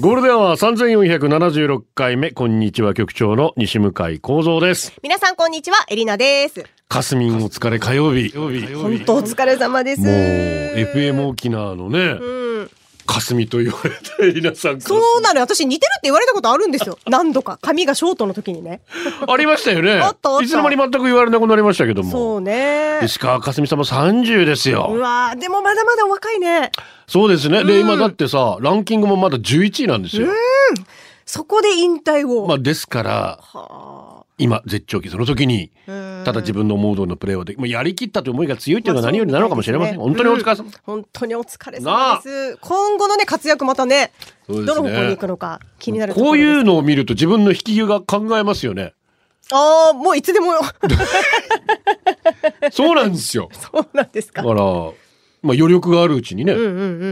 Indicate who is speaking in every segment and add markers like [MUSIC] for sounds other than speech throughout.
Speaker 1: ゴールデンは3476回目、こんにちは局長の西向井幸三です。
Speaker 2: 皆さんこんにちはエリナです
Speaker 1: かすみんお疲れ火曜日。本
Speaker 2: 本当お疲れ様です
Speaker 1: もう、FM 沖縄のね、
Speaker 2: うん、
Speaker 1: かすみと言われて、皆さんかす
Speaker 2: そうなのよ私似てるって言われたことあるんですよ何度か髪がショートの時にね
Speaker 1: ありましたよね
Speaker 2: あったあっ。た
Speaker 1: いつの間に全く言われなくなりましたけど
Speaker 2: そ
Speaker 1: も。
Speaker 2: うね
Speaker 1: 石川かすみさんも30です
Speaker 2: う
Speaker 1: よ。
Speaker 2: わーでもまだまだお若いね
Speaker 1: そうですね。で、
Speaker 2: うん
Speaker 1: 今だってさ、ランキングもまだ11位なんですよ。
Speaker 2: そこで引退を、
Speaker 1: まあ、ですから、
Speaker 2: は
Speaker 1: 今、絶頂期、その時に、
Speaker 2: あ
Speaker 1: ただ自分のモードのプレーをでき、まあ、やりきったという思いが強いというのが
Speaker 2: まあ
Speaker 1: 何よりなのかもしれません。
Speaker 2: そう
Speaker 1: 本
Speaker 2: みた
Speaker 1: 当
Speaker 2: い
Speaker 1: にお
Speaker 2: ですね
Speaker 1: 疲れ様。
Speaker 2: 本当にお疲れ様です今後のね活躍またね
Speaker 1: そうですね
Speaker 2: どの方向に行くのか気になるとこ
Speaker 1: こう
Speaker 2: ろです
Speaker 1: いうのを見ると自分の引き際が考えますよ
Speaker 2: [LAUGHS]
Speaker 1: ね。
Speaker 2: ああもういつでも [LAUGHS]
Speaker 1: そうなんですよ。
Speaker 2: そうなんです
Speaker 1: だ
Speaker 2: か
Speaker 1: から、まあ余力があるうちにね、
Speaker 2: うんう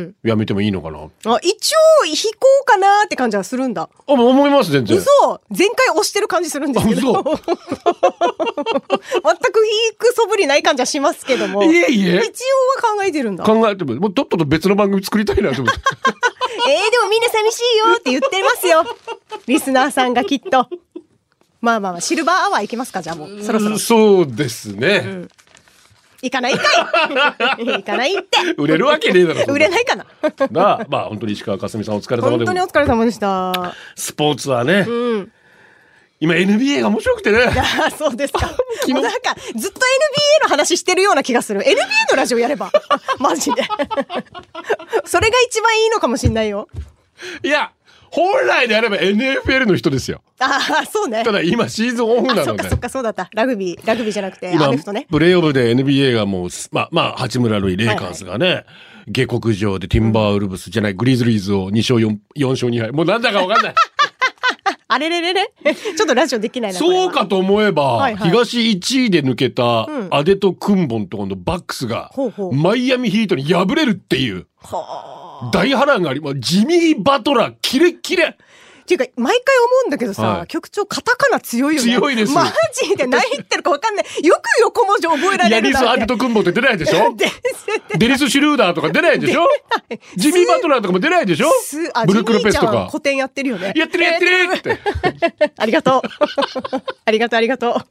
Speaker 2: ん
Speaker 1: やめてもいいのかな。
Speaker 2: うんあ一応引こうかなーって感じはするんだ
Speaker 1: あ、もう思います、全然。
Speaker 2: 嘘前回押してる感じするんですけど
Speaker 1: あ嘘
Speaker 2: 全くいいくそぶりない感じはしますけども
Speaker 1: い
Speaker 2: 一応
Speaker 1: えいえ。
Speaker 2: は考えてるんだえー、で
Speaker 1: 考えても、もうとっとと別の番組作りたいなと思って。
Speaker 2: もみんな寂しいよって言ってますよリスナーさんがきっとまあまあまあシルバーアワー行きますかじゃあも [LAUGHS] うそろそろ
Speaker 1: そうですね。
Speaker 2: 行かない
Speaker 1: [LAUGHS]
Speaker 2: かい行かないって
Speaker 1: 売れるわけねえだろそんな
Speaker 2: 売れないかな
Speaker 1: なあ、まあ本当に石川佳純さんお疲れ様
Speaker 2: 本
Speaker 1: で
Speaker 2: 当にお
Speaker 1: も。
Speaker 2: 疲れ様でした
Speaker 1: スポーツはね、
Speaker 2: うん
Speaker 1: 今 NBA が面白くてね。
Speaker 2: ああ [LAUGHS] そうですかもうなんかずっと NBA の話してるような気がする NBA のラジオやれば [LAUGHS] マジでそれが一番いいのかもしんないよ
Speaker 1: いや、本来であれば NFL の人ですよ。
Speaker 2: ああそうね
Speaker 1: ただ今シーズンオフ
Speaker 2: あ
Speaker 1: な
Speaker 2: そ
Speaker 1: の
Speaker 2: っ
Speaker 1: で
Speaker 2: かそ。っかそうだったラグビーラグビーじゃなくて
Speaker 1: 今
Speaker 2: アメフトね
Speaker 1: プレーオフで NBA がもうす、まあ、まあ、八村塁、レイカーズがね、下克上でティンバーウルブスじゃない、グリズリーズを2勝 4, 4勝2敗。もうなんだかわ
Speaker 2: [LAUGHS]
Speaker 1: かんない。
Speaker 2: あれれれ [LAUGHS] れちょっとラジオできないなこれは
Speaker 1: そうかと思えば、
Speaker 2: はいはい
Speaker 1: 東1位で抜けた
Speaker 2: うん
Speaker 1: アデとクンボンとこのバックスが、
Speaker 2: ほうほう
Speaker 1: マイアミヒートに敗れるっていう、大波乱があります。ジミー・バトラー、キレッキレ。
Speaker 2: っていうか毎回思うんだけどさ、
Speaker 1: はい
Speaker 2: 局長カタカナ強いよね
Speaker 1: 強いです
Speaker 2: マジで何言ってるかわかんない [LAUGHS] よく横文字覚えら
Speaker 1: ヤ
Speaker 2: れる
Speaker 1: ニス・
Speaker 2: な
Speaker 1: ア
Speaker 2: っ
Speaker 1: デ
Speaker 2: て
Speaker 1: とクンボンって出ない
Speaker 2: [LAUGHS]
Speaker 1: でしょ
Speaker 2: で
Speaker 1: デリス・シュルーダーとか出ないでしょジミー・バトラーとかも出ないでしょ
Speaker 2: すあ
Speaker 1: ブルックル・ペスと
Speaker 2: ジミーちゃん
Speaker 1: か
Speaker 2: 古。典やってるよね
Speaker 1: やってるやってるって。
Speaker 2: [LAUGHS] ありがとうありがとうありがと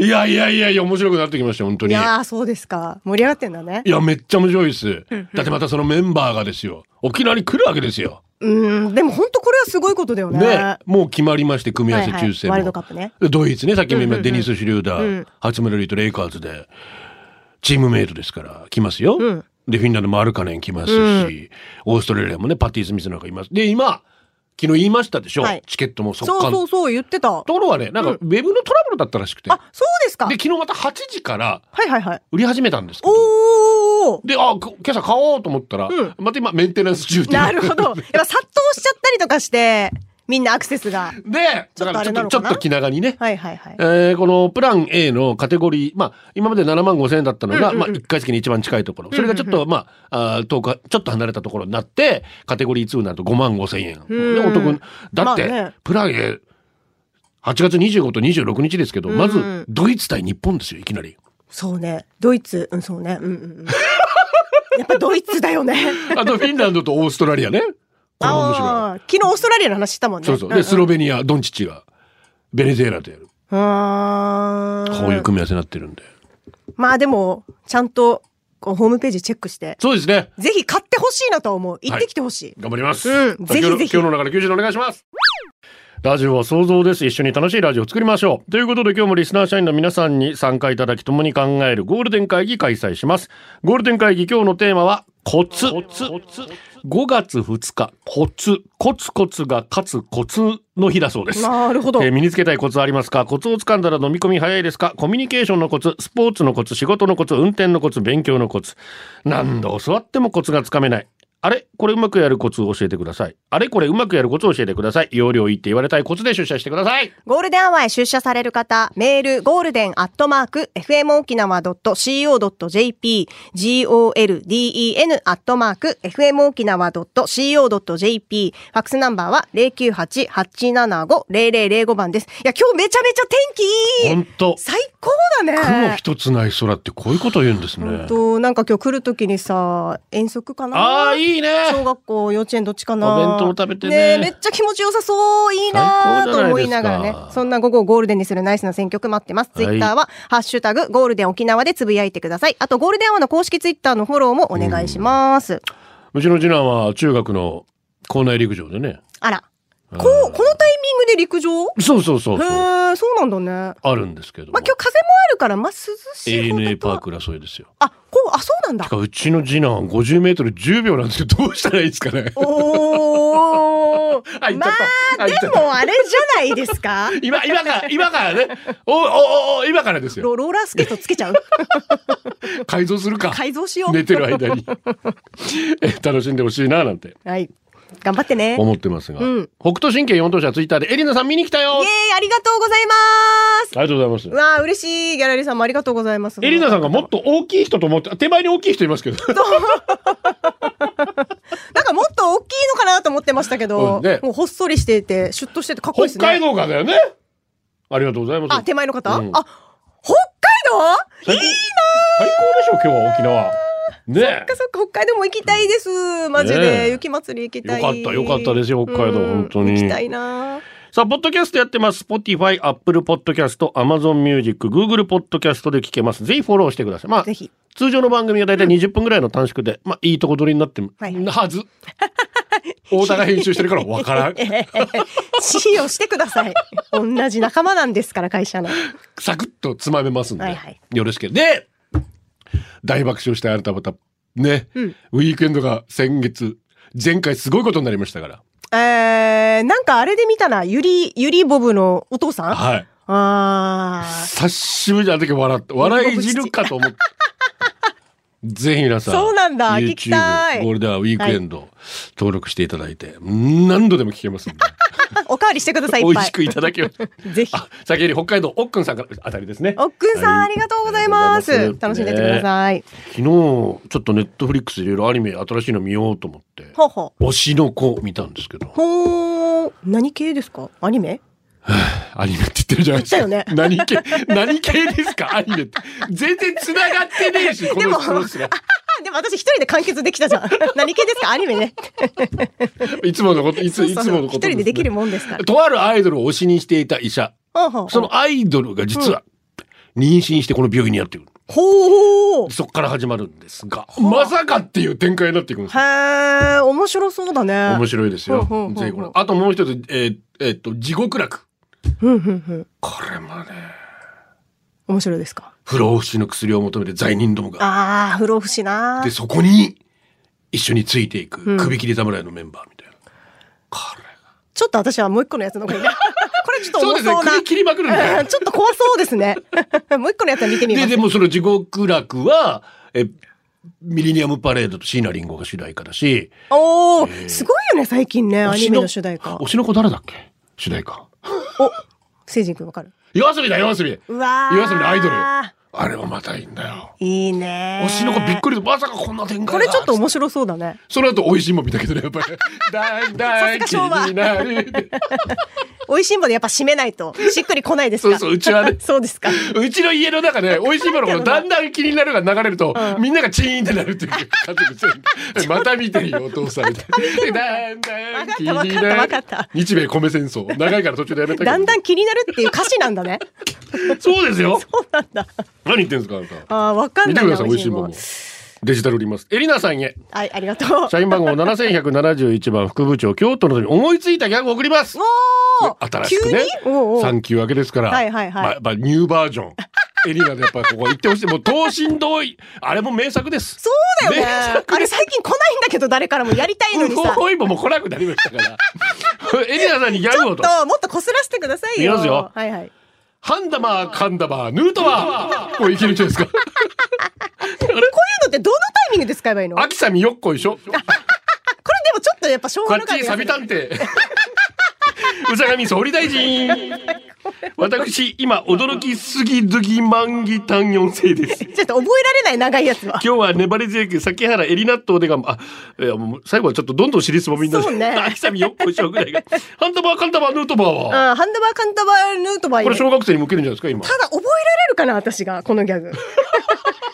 Speaker 2: う
Speaker 1: いやいやいやいや、面白くなってきました、本当
Speaker 2: い
Speaker 1: に。い
Speaker 2: やーそうですか盛り上がってんだね
Speaker 1: や、めっちゃ面白いです。だってまたそのメンバーがですよ、沖縄に来るわけですよ。
Speaker 2: うんでも本当これはすごいことだよね
Speaker 1: ね。もう決まりまして、組み合わせ
Speaker 2: はいはい
Speaker 1: 抽選
Speaker 2: ワールド
Speaker 1: も
Speaker 2: カッ。プね
Speaker 1: ドイツね、さっきも今、デニス・シュリューダ
Speaker 2: う
Speaker 1: ー
Speaker 2: ん、
Speaker 1: 八村塁とレイカーズで、チームメイトですから、来ますよ。
Speaker 2: うん
Speaker 1: で、フィンランドもアルカネン来ますし、オーストラリアもね、パティ・スミスなんかいます。で、今、昨日言いましたでしょ
Speaker 2: はい、
Speaker 1: チケットも速
Speaker 2: そうそ
Speaker 1: 乾
Speaker 2: う。そう言ってたあ
Speaker 1: ところがね、なんか、ウェブのトラブルだったらしくて。で、
Speaker 2: そうですかは
Speaker 1: 昨日また8時から
Speaker 2: いはいはい
Speaker 1: 売り始めたんですけど。
Speaker 2: おー
Speaker 1: で、あ、こ今朝買おうと思ったら、
Speaker 2: うん
Speaker 1: また今メンテナンス中っていう
Speaker 2: なる
Speaker 1: [LAUGHS]
Speaker 2: ほど。やっぱ殺到しちゃったりとかして、みんなアクセスが。
Speaker 1: で、
Speaker 2: ちょ
Speaker 1: だ
Speaker 2: っ
Speaker 1: から
Speaker 2: とあ
Speaker 1: ちょ
Speaker 2: れ
Speaker 1: っ
Speaker 2: な
Speaker 1: と、
Speaker 2: の
Speaker 1: ちょ
Speaker 2: か
Speaker 1: っ
Speaker 2: な
Speaker 1: と気長にね。
Speaker 2: はいはいはい。
Speaker 1: えーこのプラン A のカテゴリー、まあ、今まで7万5千円だったのが、
Speaker 2: うんうんうん
Speaker 1: まあ、1回月に一番近いところ。それがちょっと、まあ、あー遠くは、ちょっと離れたところになって、カテゴリー2になると5万5千円。
Speaker 2: うん
Speaker 1: で、お得に。だって、
Speaker 2: まあね
Speaker 1: プラン A、8月25と26日ですけど、
Speaker 2: うんうん
Speaker 1: まず、ドイツ対日本ですよ、いきなり。
Speaker 2: そうね。ドイツ、うん、そうね。うんうん
Speaker 1: [LAUGHS]
Speaker 2: うん。やっぱドイツだよね。
Speaker 1: あと、フィンランドとオーストラリアね。これも面白い。
Speaker 2: あー昨日オーストラリアの話したもんね。
Speaker 1: そうそう。
Speaker 2: ん
Speaker 1: で、スロベニア、ドンチッチが、ベネズエラとやる。
Speaker 2: うーん
Speaker 1: こういう組み合わせになってるんで。
Speaker 2: まあでも、ちゃんと、こうホームページチェックして、
Speaker 1: そうですね。
Speaker 2: ぜひ買ってほしいなとは思う。行ってきてほしい。
Speaker 1: 頑張ります。
Speaker 2: う
Speaker 1: さ
Speaker 2: ん
Speaker 1: あ
Speaker 2: ぜひ
Speaker 1: 今日の
Speaker 2: ぜひ
Speaker 1: 今日の中で90お願いします。ラジオは想像です。一緒に楽しいラジオを作りましょう。ということで今日もリスナー社員の皆さんに参加いただき共に考えるゴールデン会議開催します。ゴールデン会議今日のテーマはコツ。コツ5月2日、コツ。コツコツが勝つコツの日だそうです。
Speaker 2: なるほど。
Speaker 1: えー身につけたいコツはありますかコツをつかんだら飲み込み早いですかコミュニケーションのコツスポーツのコツ仕事のコツ運転のコツ勉強のコツ何度教わってもコツがつかめないあれこれうまくやるコツを教えてくださいあれこれうまくやるコツを教えてください。要領いいって言われたいコツで出社してください。
Speaker 2: ゴールデンアワーへ出社される方、メール、ゴールデンアットマーク、fmokinawa.co.jp、golden アットマーク、fmokinawa.co.jp、ファックスナンバーは098-875-0005番です。いや、今日めちゃめちゃ天気いい
Speaker 1: 本当。
Speaker 2: 最高だね
Speaker 1: 雲一つない空ってこういうこと言うんですね
Speaker 2: 本。当なんか今日来るときにさ、遠足かな
Speaker 1: ああ、いいね。
Speaker 2: [LAUGHS] 小学校、幼稚園どっちかな
Speaker 1: お弁当食べてね
Speaker 2: えめっちゃ気持ちよさそう。いいな
Speaker 1: 最高じ
Speaker 2: ーと
Speaker 1: ゃないですか
Speaker 2: 思いながらね。そんな午後をゴールデンにするナイスな選曲待ってます。ツ
Speaker 1: はい
Speaker 2: イッターは、ハッシュタグ、ゴールデン沖縄でつぶやいてください。あと、ゴールデンアワーの公式ツイッターのフォローもお願いします。
Speaker 1: うちの次男は中学の校内陸上でね。
Speaker 2: あら。
Speaker 1: うん
Speaker 2: こう、このタイミングで陸上へ
Speaker 1: そうそうそうそう。
Speaker 2: え、そうなんだね。まあ
Speaker 1: あるんですけど。
Speaker 2: 今日風もあるから、まあ涼しい方だと
Speaker 1: ANA パ
Speaker 2: は。
Speaker 1: ークらそうですよ。
Speaker 2: あ、こう、あ、そうなんだ
Speaker 1: て。かうちの次男50メートル10秒なんですけどどうしたらいいですかね。
Speaker 2: おー
Speaker 1: [LAUGHS] あ行っち
Speaker 2: ま
Speaker 1: ゃった
Speaker 2: あ
Speaker 1: あ行っち
Speaker 2: で
Speaker 1: ゃった
Speaker 2: もあれじゃないですか
Speaker 1: 今今から今からね。おおおお今からですよ。
Speaker 2: ロローラースケートつけちゃう
Speaker 1: 改造するか。
Speaker 2: 改造しよう
Speaker 1: 寝てる間にえ楽しんでほしいななんて
Speaker 2: はい頑張ってねイエーイ
Speaker 1: 思ってますが、
Speaker 2: うん
Speaker 1: 北斗神拳4等車ツイッターでエリナさん見に来たよ。
Speaker 2: ありがとうございま
Speaker 1: ありがとうござい
Speaker 2: すう
Speaker 1: ます。
Speaker 2: わあ嬉しいギャラリーさんもありがとうございます
Speaker 1: エリナさんがもっと大きい人と思って手前に大きい人いますけど。
Speaker 2: なんかもっと大きいのかなと思ってましたけど、
Speaker 1: うんね
Speaker 2: もうほっそりしていてシュッとしててかっこいいです
Speaker 1: 北
Speaker 2: ね
Speaker 1: 海道からだよね。ありがとうございます。
Speaker 2: あ手前の方、
Speaker 1: うん
Speaker 2: あ北海道
Speaker 1: 最
Speaker 2: いい
Speaker 1: 高最高でしょ今日は沖縄。ねえ
Speaker 2: そっか北海道も行きたいですマジで、
Speaker 1: ねえ
Speaker 2: 雪祭り行きたい
Speaker 1: よかったよかったですよ北海道
Speaker 2: うん
Speaker 1: 本当に
Speaker 2: 行きたいな
Speaker 1: さあ、ポッドキャストやってます。Spotify、Apple Podcast、Amazon Music、Google Podcast で聞けます。ぜひフォローしてください。まあ
Speaker 2: ぜ、ひ [LAUGHS]
Speaker 1: 通常の番組はだいたい20分ぐらいの短縮で、まあ、いいとこ取りになってる
Speaker 2: はい
Speaker 1: はず。大田が編集してる
Speaker 2: [LAUGHS]
Speaker 1: からわからん。
Speaker 2: 信用してください。同じ仲間なんですから、会社の。
Speaker 1: サクッとつまめますんで。
Speaker 2: はいはい
Speaker 1: よろしければ。で、大爆笑したいあなたまた、ね、
Speaker 2: うん
Speaker 1: ウィークエンドが先月、前回すごいことになりましたから。
Speaker 2: えー、なんかあれで見たな、ゆり、ゆりボブのお父さんあ
Speaker 1: はい。
Speaker 2: あ
Speaker 1: 久しぶりにあの時笑って、笑い汁かと思って。 [LAUGHS] ぜひ皆さん、
Speaker 2: そうなんだ聞きた
Speaker 1: YouTube
Speaker 2: い
Speaker 1: ゴールデンウィークエンド登録していただいて、何度でも聞けますん
Speaker 2: [LAUGHS]
Speaker 1: で、
Speaker 2: ー。おかわりしてください、
Speaker 1: 美
Speaker 2: いっぱ
Speaker 1: 味し
Speaker 2: い。
Speaker 1: くいただけます。
Speaker 2: ぜひ。
Speaker 1: あ、先より北海道奥くんさんからあたりですね。
Speaker 2: おっくんさん、
Speaker 1: はい
Speaker 2: ありがとうございます。
Speaker 1: ありがとうございま
Speaker 2: 楽しんでってください。
Speaker 1: 昨日ちょっとネットフリックスいろいろアニメ新しいの見ようと思って、
Speaker 2: ほうほう。
Speaker 1: 推しの子見たんですけど、
Speaker 2: ほー、何系ですかアニメ
Speaker 1: アニメって言ってるじゃないですか。
Speaker 2: 言っ
Speaker 1: [LAUGHS]
Speaker 2: た
Speaker 1: 何系何系ですかアニメって。全然繋がってねえし、こ
Speaker 2: で
Speaker 1: の
Speaker 2: も
Speaker 1: 質問すら。
Speaker 2: あでも私一人で完結できたじゃん。 [LAUGHS] 何系ですかアニメね。
Speaker 1: いつものこと、いつ
Speaker 2: そう
Speaker 1: い
Speaker 2: そう
Speaker 1: つものこと
Speaker 2: 一
Speaker 1: すね
Speaker 2: 人でできるもんですか
Speaker 1: [LAUGHS]
Speaker 2: ら。
Speaker 1: とあるアイドルを推しにしていた医者。
Speaker 2: ほうほう
Speaker 1: そのアイドルが実は妊娠してこの病院にやってくる。
Speaker 2: ほう。
Speaker 1: そこから始まるんですが、まさかっていう展開になっていくんですよ。
Speaker 2: へー、面白そうだね。
Speaker 1: 面白いですよ
Speaker 2: ほうほうほう。ほう
Speaker 1: ぜひご覧あともう一つ、えーえーっと、地獄楽。
Speaker 2: うんうんうん。
Speaker 1: これもね、
Speaker 2: 面白いですか
Speaker 1: 不老不死の薬を求めて罪人どもが。
Speaker 2: ああ、不老不死な
Speaker 1: で、。そこに一緒についていく
Speaker 2: ん
Speaker 1: 首切り侍のメンバーみたいな。これ
Speaker 2: ちょっと私はもう一個のやつの方がいい [LAUGHS] な。これちょっと
Speaker 1: そう
Speaker 2: 重
Speaker 1: ですね
Speaker 2: そう、な。
Speaker 1: 首切りまくるんだよ
Speaker 2: うん。 [LAUGHS] ちょっと怖そうですね。 [LAUGHS] もう一個のやつは見てみま
Speaker 1: で、
Speaker 2: す。
Speaker 1: でもその地獄楽は、え、ミレニアムパレードと椎名林檎が主題歌だし、
Speaker 2: おお、すごいよね、最近ね、アニメの主題歌
Speaker 1: 推。しの子誰だっけ主題歌。
Speaker 2: お、聖人くんわかる
Speaker 1: 夜遊びだ夜遊び
Speaker 2: うわー
Speaker 1: 夜遊びのアイドルあれはまたいいんだよ。
Speaker 2: いいね
Speaker 1: 推しの子びっくりと、まさかこんな展開が
Speaker 2: これちょっと面白そうだね。
Speaker 1: その後、美味しいもん見たけどね、
Speaker 2: [LAUGHS]
Speaker 1: やっぱり。だんだん
Speaker 2: さ
Speaker 1: 気
Speaker 2: すが昭和
Speaker 1: になる。
Speaker 2: 美味しいもんでやっぱ締めないと、しっくり来ないですか
Speaker 1: そうそううちはね
Speaker 2: [LAUGHS] そうですか。
Speaker 1: うちの家の中で、美味しいものことだんだん気になるが流れると、みんながチーンってなるっていう家族全
Speaker 2: [LAUGHS]
Speaker 1: 員。また見てるよ、お父さん。だんだん気になる。
Speaker 2: わかったわかったわかった
Speaker 1: 日米米戦争。長いから途中でやめたけど。
Speaker 2: だんだん気になるっていう歌詞なんだね。 [LAUGHS]
Speaker 1: そうですよ。
Speaker 2: そうなんだ。
Speaker 1: 何言ってんですか、あなた。
Speaker 2: ああ、わかん
Speaker 1: 見
Speaker 2: な
Speaker 1: てく
Speaker 2: いな
Speaker 1: ださい、美味しいもん。デジタル売ります。エリナさんへ。
Speaker 2: はい、ありがとう。
Speaker 1: 社員番号7171番副部長京都の人に思いついたギャグを送ります
Speaker 2: おお
Speaker 1: 新しくね
Speaker 2: 急におうおう
Speaker 1: 3級分けですから、
Speaker 2: はいはいはい
Speaker 1: まあやっぱニューバージョンエリナでやっぱりここ行ってほしいもう等身同意あれも名作です
Speaker 2: そうだよね。
Speaker 1: 名
Speaker 2: あれ最近来ないんだけど誰からもやりた
Speaker 1: [LAUGHS]
Speaker 2: いのにさ。
Speaker 1: 同意ももう来なくなりましたから [LAUGHS] エリナさんにギャ
Speaker 2: ち
Speaker 1: グ
Speaker 2: ょ
Speaker 1: を
Speaker 2: っ
Speaker 1: と
Speaker 2: ともっとこすらせてください
Speaker 1: 見
Speaker 2: よ。
Speaker 1: ますよ
Speaker 2: はいはい。
Speaker 1: ハンダマーカンダマーヌートバーこれいけるんじゃない
Speaker 2: [LAUGHS]
Speaker 1: ですか
Speaker 2: こういうのってどのタイミングで使えばいいの？これ
Speaker 1: 秋さみよっこいしょ
Speaker 2: でもちょっとやっぱ昭
Speaker 1: こ
Speaker 2: 和
Speaker 1: っ
Speaker 2: の感
Speaker 1: ち
Speaker 2: じ
Speaker 1: サ
Speaker 2: が
Speaker 1: ビ探偵宇佐上総理大臣私今驚きすぎずぎ満義単四世です
Speaker 2: ちょっと覚えられない長いやつは。
Speaker 1: 今日は粘り強く崎原エリナットおでがあいやもう最後はちょっとどんどんシリーズもみんな
Speaker 2: そ
Speaker 1: [LAUGHS]
Speaker 2: うね
Speaker 1: 秋サビ4個しようぐらいがハンタバーカンタバーヌートバー
Speaker 2: う
Speaker 1: は
Speaker 2: ん、ハンドバーカンタバーヌートバー
Speaker 1: こ
Speaker 2: よ
Speaker 1: れ小学生に向けるんじゃないですか今
Speaker 2: ただ覚えられるかな私がこのギ
Speaker 1: [LAUGHS]
Speaker 2: ャグ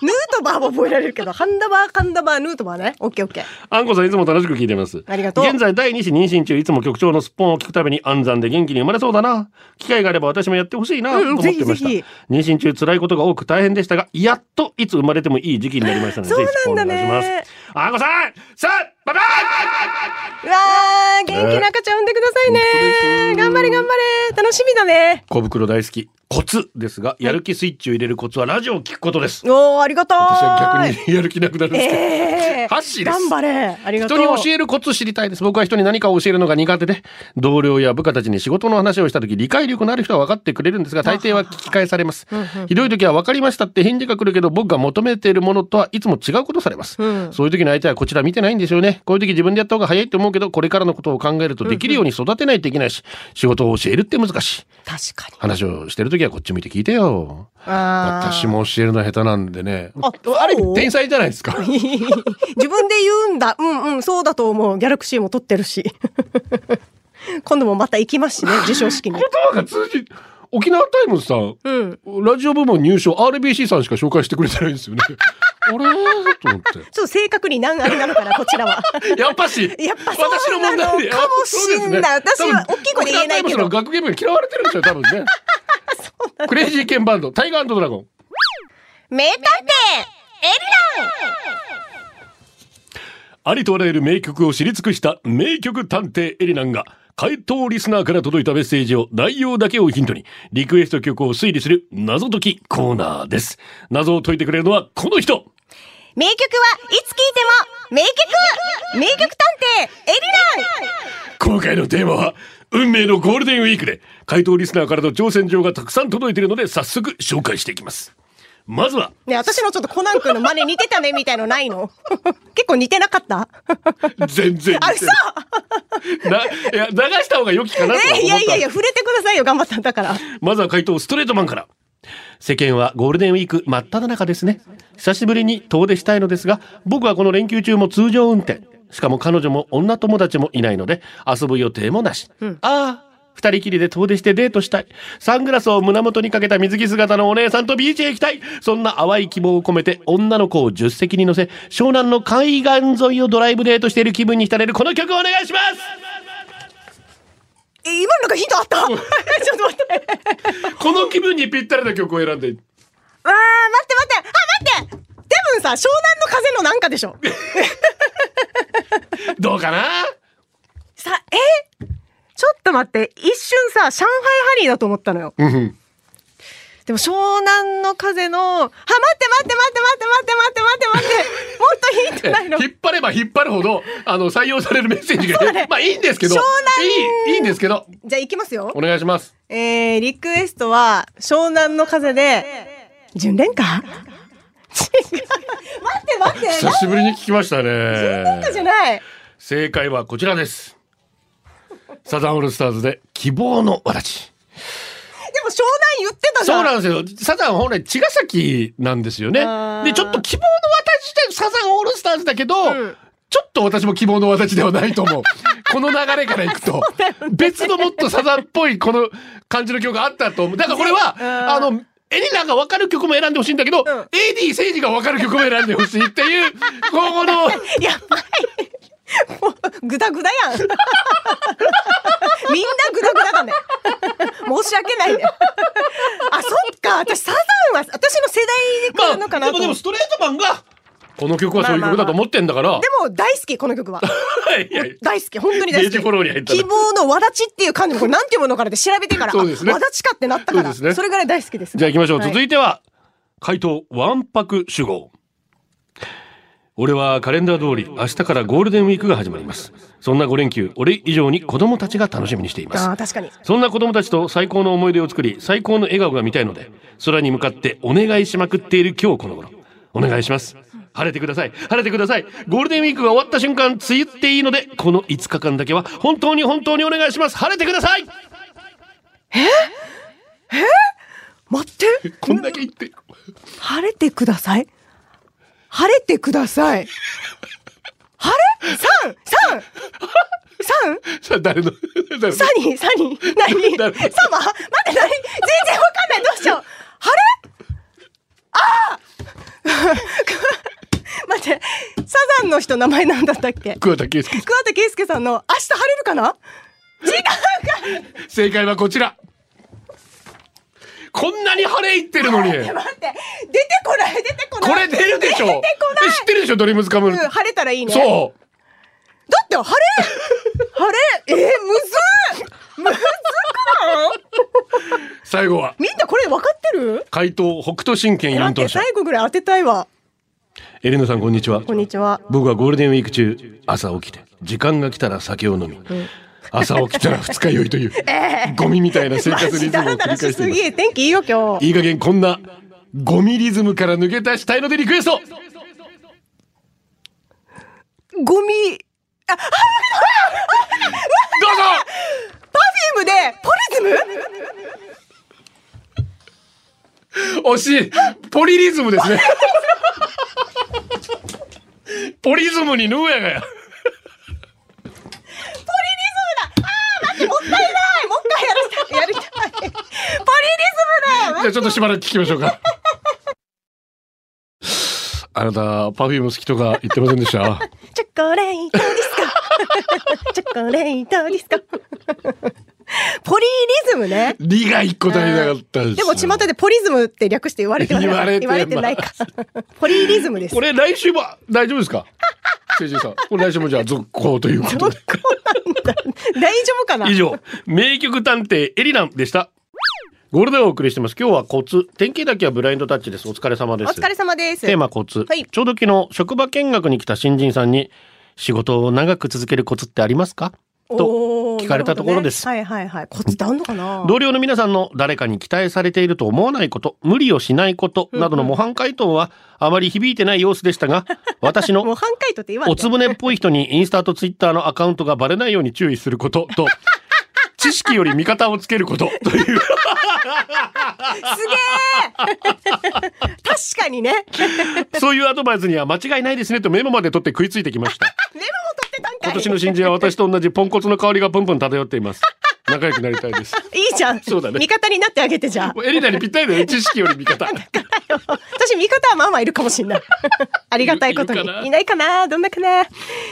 Speaker 2: ヌートバーは覚えられるけどハンダバーカンダバーヌートバーねオッケーオッケー
Speaker 1: あんこさんいつも楽しく聞いてます。
Speaker 2: ありがとう
Speaker 1: 現在第2子妊娠中、いつも局長のすっぽんを聞くたびに安産で元気に生まれそうだな。機会があれば私もやってほしいな、と
Speaker 2: うんうん
Speaker 1: 思ってました。
Speaker 2: ぜひぜ
Speaker 1: 妊娠中辛いことが多く大変でしたが、やっといつ生まれてもいい時期になりましたので、
Speaker 2: そう
Speaker 1: ぜひスポン
Speaker 2: な
Speaker 1: お
Speaker 2: んだ
Speaker 1: 願い
Speaker 2: ね
Speaker 1: します。あんこさんさあ、バイバ
Speaker 2: うわー元気な赤ちゃん産んでくださいね
Speaker 1: 本当です
Speaker 2: 頑張れ頑張れ楽しみだね
Speaker 1: 小袋大好き。コツですが、やる気スイッチを入れるコツはラジオを聞くことです。
Speaker 2: おーありがとう
Speaker 1: 私は逆にやる気なくなるんですけど。
Speaker 2: えー、
Speaker 1: [LAUGHS] ハッシーです
Speaker 2: 頑張れありがと
Speaker 1: 人
Speaker 2: う
Speaker 1: に教えるコツ知りたいです。僕は人に何かを教えるのが苦手で、同僚や部下たちに仕事の話をした時、理解力のある人は分かってくれるんですが、大抵は聞き返されます。ひどい時は分かりましたって返事が来るけど、僕が求めているものとはいつも違うことされます。
Speaker 2: うん
Speaker 1: そういう時の相手はこちら見てないんですよね。こういう時自分でやった方が早いと思うけど、これからのことを考えるとできるように育てないといけないし、仕事を教えるって難しい。
Speaker 2: 確かに
Speaker 1: 話をしてる時はこっち向いて聞いてよ。
Speaker 2: あー
Speaker 1: 私も教えるの下手なんでね。
Speaker 2: あ
Speaker 1: あれ
Speaker 2: そう
Speaker 1: 天才じゃないですか。
Speaker 2: [LAUGHS] 自分で言うんだ。うんうん、そうだと思う。ギャラクシーも撮ってるし。 [LAUGHS] 今度もまた行きますしね、授賞式に。
Speaker 1: 言葉が通じ、沖縄タイムズさん、
Speaker 2: うん。
Speaker 1: ラジオ部門入賞 RBC さんしか紹介してくれてないんです
Speaker 2: [LAUGHS]
Speaker 1: よね。あれと思っ
Speaker 2: ちょっと正確に何あれなのかな、こちらは。
Speaker 1: て。やっぱし、
Speaker 2: やっぱそうなのかもしんない
Speaker 1: あそうですね
Speaker 2: 私は大きい声で言えない
Speaker 1: 多分沖縄タイ
Speaker 2: けど
Speaker 1: ムズの学芸部に嫌われてるんですよ、
Speaker 2: [LAUGHS]
Speaker 1: 多分ね。クレイジーケンバンド、タイガードラゴン。
Speaker 2: [LAUGHS] 名探偵
Speaker 1: ありとあらゆる名曲を知り尽くした名曲探偵エリナンが、回答リスナーから届いたメッセージを内容だけをヒントに、リクエスト曲を推理する謎解きコーナーです。謎を解いてくれるのはこの人
Speaker 2: 名曲はいつ聴いても名曲名曲探偵エリラン
Speaker 1: 今回のテーマは運命のゴールデンウィークで回答リスナーからの挑戦状がたくさん届いているので早速紹介していきますまずは
Speaker 2: ねえ私のちょっとコナン君の真似似てたねみたいのないの [LAUGHS] 結構似てなかった
Speaker 1: 全然
Speaker 2: あ、嘘
Speaker 1: ないや流した方が良きかなとは思った、
Speaker 2: えいやいやいや、触れてくださいよ、頑張ったんだから。
Speaker 1: まずは回答ストレートマンから世間はゴールデンウィーク真っ只中ですね久しぶりに遠出したいのですが僕はこの連休中も通常運転しかも彼女も女友達もいないので遊ぶ予定もなし、ああ二人きりで遠出してデートしたい。サングラスを胸元にかけた水着姿のお姉さんとビーチへ行きたい。そんな淡い希望を込めて女の子を助手席に乗せ、湘南の海岸沿いをドライブデートしている気分に浸れるこの曲をお願いします
Speaker 2: え、今のなんかヒントあった [LAUGHS] ちょっと待って。
Speaker 1: この気分にぴったりな曲を選んで、
Speaker 2: わあ、待って待ってあ、待って多分さ、湘南の風のなんかでしょ
Speaker 1: どうかな
Speaker 2: [LAUGHS] さ、えちょっと待って、一瞬さ、上海ハリーだと思ったのよ。
Speaker 1: うん。
Speaker 2: でも湘南の風の、あ、待って待って待って待って待って待って待って待って、もっとヒントないの。
Speaker 1: 引っ張れば引っ張るほど、あの、採用されるメッセージが、まあいいんですけど、い
Speaker 2: 湘南
Speaker 1: い、いいんですけど、
Speaker 2: じゃあ行きますよ
Speaker 1: お。願いします。
Speaker 2: えー、リクエストは、湘南の風で、純恋歌違う。待って待って、
Speaker 1: 久しぶりに聞きました
Speaker 2: なんかじゃ
Speaker 1: ね。
Speaker 2: ない。
Speaker 1: 正解はこちらです。サザンオールスターズで希望のわらち。
Speaker 2: でも湘南言ってたじゃん。
Speaker 1: そうなんですよ。サザン本来茅ヶ崎なんですよね
Speaker 2: あ。ー
Speaker 1: で、ちょっと希望の私自体サザンオールスターズだけど、
Speaker 2: ん
Speaker 1: ちょっと私も希望の私ではないと思
Speaker 2: [LAUGHS]
Speaker 1: う。この流れからいくと、別のもっとサザンっぽいこの感じの曲があったと思う。だからこれは、あの、エリナが分かる曲も選んでほしいんだけど、AD 政治が分かる曲も選んでほしいって
Speaker 2: [LAUGHS]
Speaker 1: いう、今後の、
Speaker 2: やばい。もう [LAUGHS] グダグダやん。みんなグダグダだね。申し訳ないね。あ、そっか。私サザンは私の世代で来るのか
Speaker 1: まあ、でも
Speaker 2: なと思
Speaker 1: で
Speaker 2: う、
Speaker 1: もストレートマンが、この曲はそういう曲だと思ってんだから、
Speaker 2: でも大好きこの曲は。
Speaker 1: [LAUGHS] いやいや
Speaker 2: 大好き本当に大
Speaker 1: 明
Speaker 2: 好
Speaker 1: 治
Speaker 2: き。
Speaker 1: フォローに入ったな
Speaker 2: 希望のわだちっていう漢字もこれなんて読むのかなって調べてから、
Speaker 1: そうですね
Speaker 2: あわだちかってなったから
Speaker 1: そうですね
Speaker 2: れぐらい大好きです。
Speaker 1: じゃあ行きましょう。
Speaker 2: はい
Speaker 1: 続いては、回答、わんぱく主語。俺はカレンダー通り、明日からゴールデンウィークが始まります。そんな5連休、俺以上に子供たちが楽しみにしています
Speaker 2: あ。ー確かに。
Speaker 1: そんな子供たちと最高の思い出を作り、最高の笑顔が見たいので、空に向かってお願いしまくっている今日この頃。お願いします。晴れてください晴れてくださいゴールデンウィークが終わった瞬間梅雨っていいのでこの5日間だけは本当に本当にお願いします晴れてください
Speaker 2: 待って
Speaker 1: こんだけ言って
Speaker 2: 晴れてください晴れてください晴れ三三三
Speaker 1: さあ誰の誰の
Speaker 2: サニー、サニー、何サ
Speaker 1: 誰
Speaker 2: マ待って、何全然わかんない。どうしよう。晴れああ待って、サザンの人名前なんだったっけ
Speaker 1: 桑田佳祐
Speaker 2: 桑田佳祐さんの明日晴れるかな違うか
Speaker 1: 正解はこちらこんなに晴れいってるのに
Speaker 2: 待って、出てこない、出てこない。
Speaker 1: これ出るでしょ
Speaker 2: 出てこない
Speaker 1: え知ってるでしょドリームズカム、
Speaker 2: うん、晴れたらいいね。
Speaker 1: そう
Speaker 2: だって晴れ晴れえー、むずいむずくない
Speaker 1: 最後は
Speaker 2: みんなこれ分かってる
Speaker 1: 回答北斗神拳4
Speaker 2: 待っ
Speaker 1: 等
Speaker 2: て、
Speaker 1: 車
Speaker 2: 最後ぐらい当てたいわ。
Speaker 1: エレナさんこんにちは
Speaker 2: こんにちは。
Speaker 1: 僕はゴールデンウィーク中朝起きて時間が来たら酒を飲み、朝起きたら二日酔いと
Speaker 2: [LAUGHS]
Speaker 1: いう、ゴミみたいな生
Speaker 2: マ
Speaker 1: 活リズ
Speaker 2: ジ
Speaker 1: ムを繰
Speaker 2: だらだら
Speaker 1: り返
Speaker 2: [LAUGHS] し
Speaker 1: して
Speaker 2: す
Speaker 1: います
Speaker 2: ぎ天気いいよ今日
Speaker 1: いい加減こんなゴミリズムから抜け出したいのでリクエスト
Speaker 2: ゴミ
Speaker 1: どうぞ
Speaker 2: パフュームでポリズム
Speaker 1: 惜しいポリリズムですねポリズムにヌーやがや
Speaker 2: もったいないもう一回やりたいやりたいポリリズムだ
Speaker 1: じゃあちょっとしばらく聞きましょうかあなたパフューム好きとか言ってませんでした
Speaker 2: チョコレートディスコチョコレートディスコポリリズムね
Speaker 1: リが一個足りなかったです
Speaker 2: でも巷でポリズムって略して言われてはない
Speaker 1: 言われて
Speaker 2: 言われてないか [LAUGHS] ポリリズムです
Speaker 1: これ来週も大丈夫ですか誠治さんこれ来週もじゃあ続行というこ
Speaker 2: ど
Speaker 1: と
Speaker 2: う [LAUGHS]
Speaker 1: で
Speaker 2: なんだ大丈夫かな
Speaker 1: 以上名曲探偵エリナンでしたゴールデンをお送りしてます今日はコツ天気だけはブラインドタッチですお疲れ様で
Speaker 2: お
Speaker 1: す
Speaker 2: 疲れ様です
Speaker 1: テーマコツ、
Speaker 2: はい
Speaker 1: ちょうど昨日職場見学に来た新人さんに仕事を長く続けるコツってありますかと
Speaker 2: おー
Speaker 1: 聞かれたところです、
Speaker 2: なるほどねはいはいはいコツってあんのかな
Speaker 1: 同僚の皆さんの誰かに期待されていると思わないこと無理をしないことなどの模範解答はあまり響いてない様子でしたが [LAUGHS] 私の
Speaker 2: もう半回答って言わんで
Speaker 1: おつぶねっぽい人にインスタとツイッターのアカウントがバレないように注意すること [LAUGHS] と、知識より味方をつけることという、
Speaker 2: [LAUGHS] 確かにね。メモも
Speaker 1: [LAUGHS] そういうアドバイスには間違いないですねとメモまで取って食いついてきました。
Speaker 2: 取ってたんかい。
Speaker 1: 今年の新人は私と同じポンコツの香りがプンプン漂っています。仲良くなりたいです。
Speaker 2: いいじゃん。
Speaker 1: そうだね
Speaker 2: 味方になってあげてじゃあ
Speaker 1: も。うエリナにぴったりだよね、知識より味
Speaker 2: [LAUGHS]
Speaker 1: 方。
Speaker 2: 私味方はまあまあいるかもしれない。
Speaker 1: [LAUGHS]
Speaker 2: ありがたいことに。
Speaker 1: いるいるかない
Speaker 2: ないかなどんなかな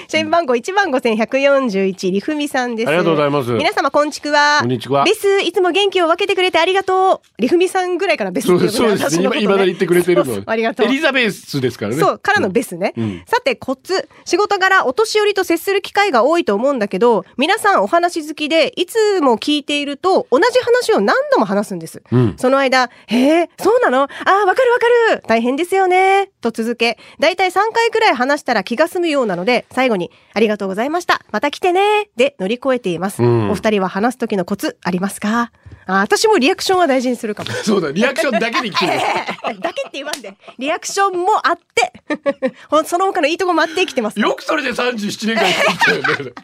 Speaker 2: 社員番号1万5141、りふみさんです。
Speaker 1: ありがとうございます
Speaker 2: 皆様、こんちくは。
Speaker 1: こんにちは
Speaker 2: ベス、いつも元気を分けてくれてありがとう。りふみさんぐらいからベスって
Speaker 1: そう
Speaker 2: 呼ぶ
Speaker 1: です、そうです、
Speaker 2: ね私
Speaker 1: ね。
Speaker 2: の
Speaker 1: 今、
Speaker 2: ことね
Speaker 1: いまだに言ってくれてる
Speaker 2: そう
Speaker 1: の
Speaker 2: そう。 [LAUGHS] ありがとう
Speaker 1: エ。リザベスですからね。
Speaker 2: そう、からのベスね。
Speaker 1: うん
Speaker 2: さて、コツ。仕事柄、お年寄りと接する機会が多いと思うんだけど、皆さんお話好きで、いつも聞いていると、同じ話を何度も話すんです。
Speaker 1: うん
Speaker 2: その間、へえ、そうなのああ、わかるわかる大変ですよねと続け、だいたい3回くらい話したら気が済むようなので、最後に、ありがとうございましたまた来てねで乗り越えています。
Speaker 1: うん
Speaker 2: お二人は話す時のコツありますかあー私もリアクションは大事にするかも。
Speaker 1: そうだ、リアクションだけで生きてる。
Speaker 2: [LAUGHS] だけって言わんで。リアクションもあって、ほんその他のいいとこもあって生きてます。でも
Speaker 1: よくそれで37年間生きてるよね。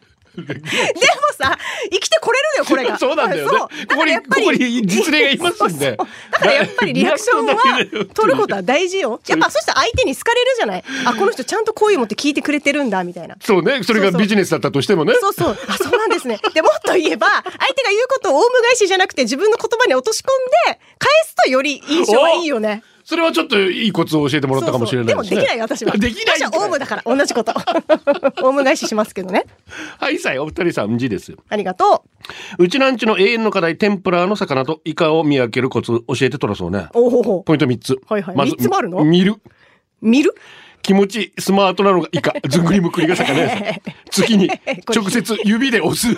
Speaker 2: さ、生きてこれるのよ、これ
Speaker 1: [LAUGHS]
Speaker 2: が。
Speaker 1: そうなんだよね
Speaker 2: そう
Speaker 1: ここに
Speaker 2: だからやっぱり
Speaker 1: ここに実例がいますんで
Speaker 2: そうそうだからやっぱりリアクション
Speaker 1: リアクションだけだよ
Speaker 2: は取ることは大事よ。やっぱそしたら相手に好かれるじゃない。あ、この人ちゃんと好意持って聞いてくれてるんだ、みたいな。
Speaker 1: そうね、それ
Speaker 2: そ
Speaker 1: が
Speaker 2: うそう
Speaker 1: ビジネスだったとしてもね。
Speaker 2: そうそう。あ、そうなんですね。で、もっと言えば、相手が言うことをオウム返しじゃなくて自分の言葉に落とし込んで、返すとより印象はいいよね。
Speaker 1: それはちょっといいコツを教えてもらったかもしれない
Speaker 2: そうそうでもできないよ私は
Speaker 1: [LAUGHS] できない
Speaker 2: 私はオウムだから同じこと [LAUGHS] オウム返ししますけどね
Speaker 1: はいさいお二人さんじです
Speaker 2: ありがと
Speaker 1: うちなんちの永遠の課題天ぷらの魚とイカを見分けるコツ教えてとらそうね
Speaker 2: うおお
Speaker 1: ポイント三つ
Speaker 2: はいはい
Speaker 1: まず
Speaker 2: 三つもあるの
Speaker 1: 見る
Speaker 2: 見る
Speaker 1: 気持ちスマートなのが
Speaker 2: [LAUGHS]
Speaker 1: イカずんぐりむくりが魚です次に
Speaker 2: これ
Speaker 1: 直接指で押す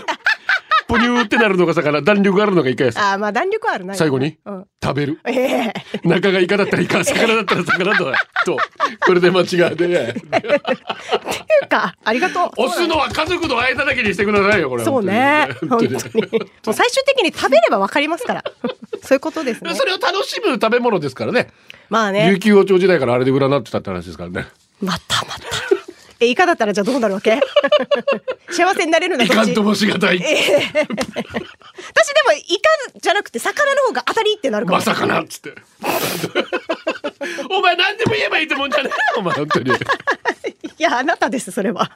Speaker 1: ポニューってなるのが魚弾力があるのがイカやす
Speaker 2: あーまあ弾力はあるな
Speaker 1: 最後に
Speaker 2: うん、
Speaker 1: 食べる
Speaker 2: ええ
Speaker 1: 中がイカだったらイカ魚だったら魚だとこれで間違いで
Speaker 2: [LAUGHS] っていうかありがとう
Speaker 1: 押すのは家族の間だけにしてくださいよこれ
Speaker 2: そうね
Speaker 1: 本
Speaker 2: 本
Speaker 1: 当
Speaker 2: 当
Speaker 1: に
Speaker 2: にもう最終的に食べればわかりますからそういうこ
Speaker 1: [LAUGHS]
Speaker 2: とですね
Speaker 1: それを楽しむ食べ物ですからね
Speaker 2: まあね
Speaker 1: 琉球王朝時代からあれで占ってたって話ですからね
Speaker 2: またまた。え、イカだったらじゃあどうなるわけ [LAUGHS] 幸せになれるの
Speaker 1: い
Speaker 2: ど
Speaker 1: か
Speaker 2: っ
Speaker 1: ん
Speaker 2: ち
Speaker 1: ともしがたい。
Speaker 2: 私でもイカじゃなくて魚の方が当たりってなるかも
Speaker 1: まさかなっつって。 [LAUGHS] お前何でも言えばいいってもんじゃね
Speaker 2: [LAUGHS]
Speaker 1: えよお前本当に。
Speaker 2: いやあなたですそれは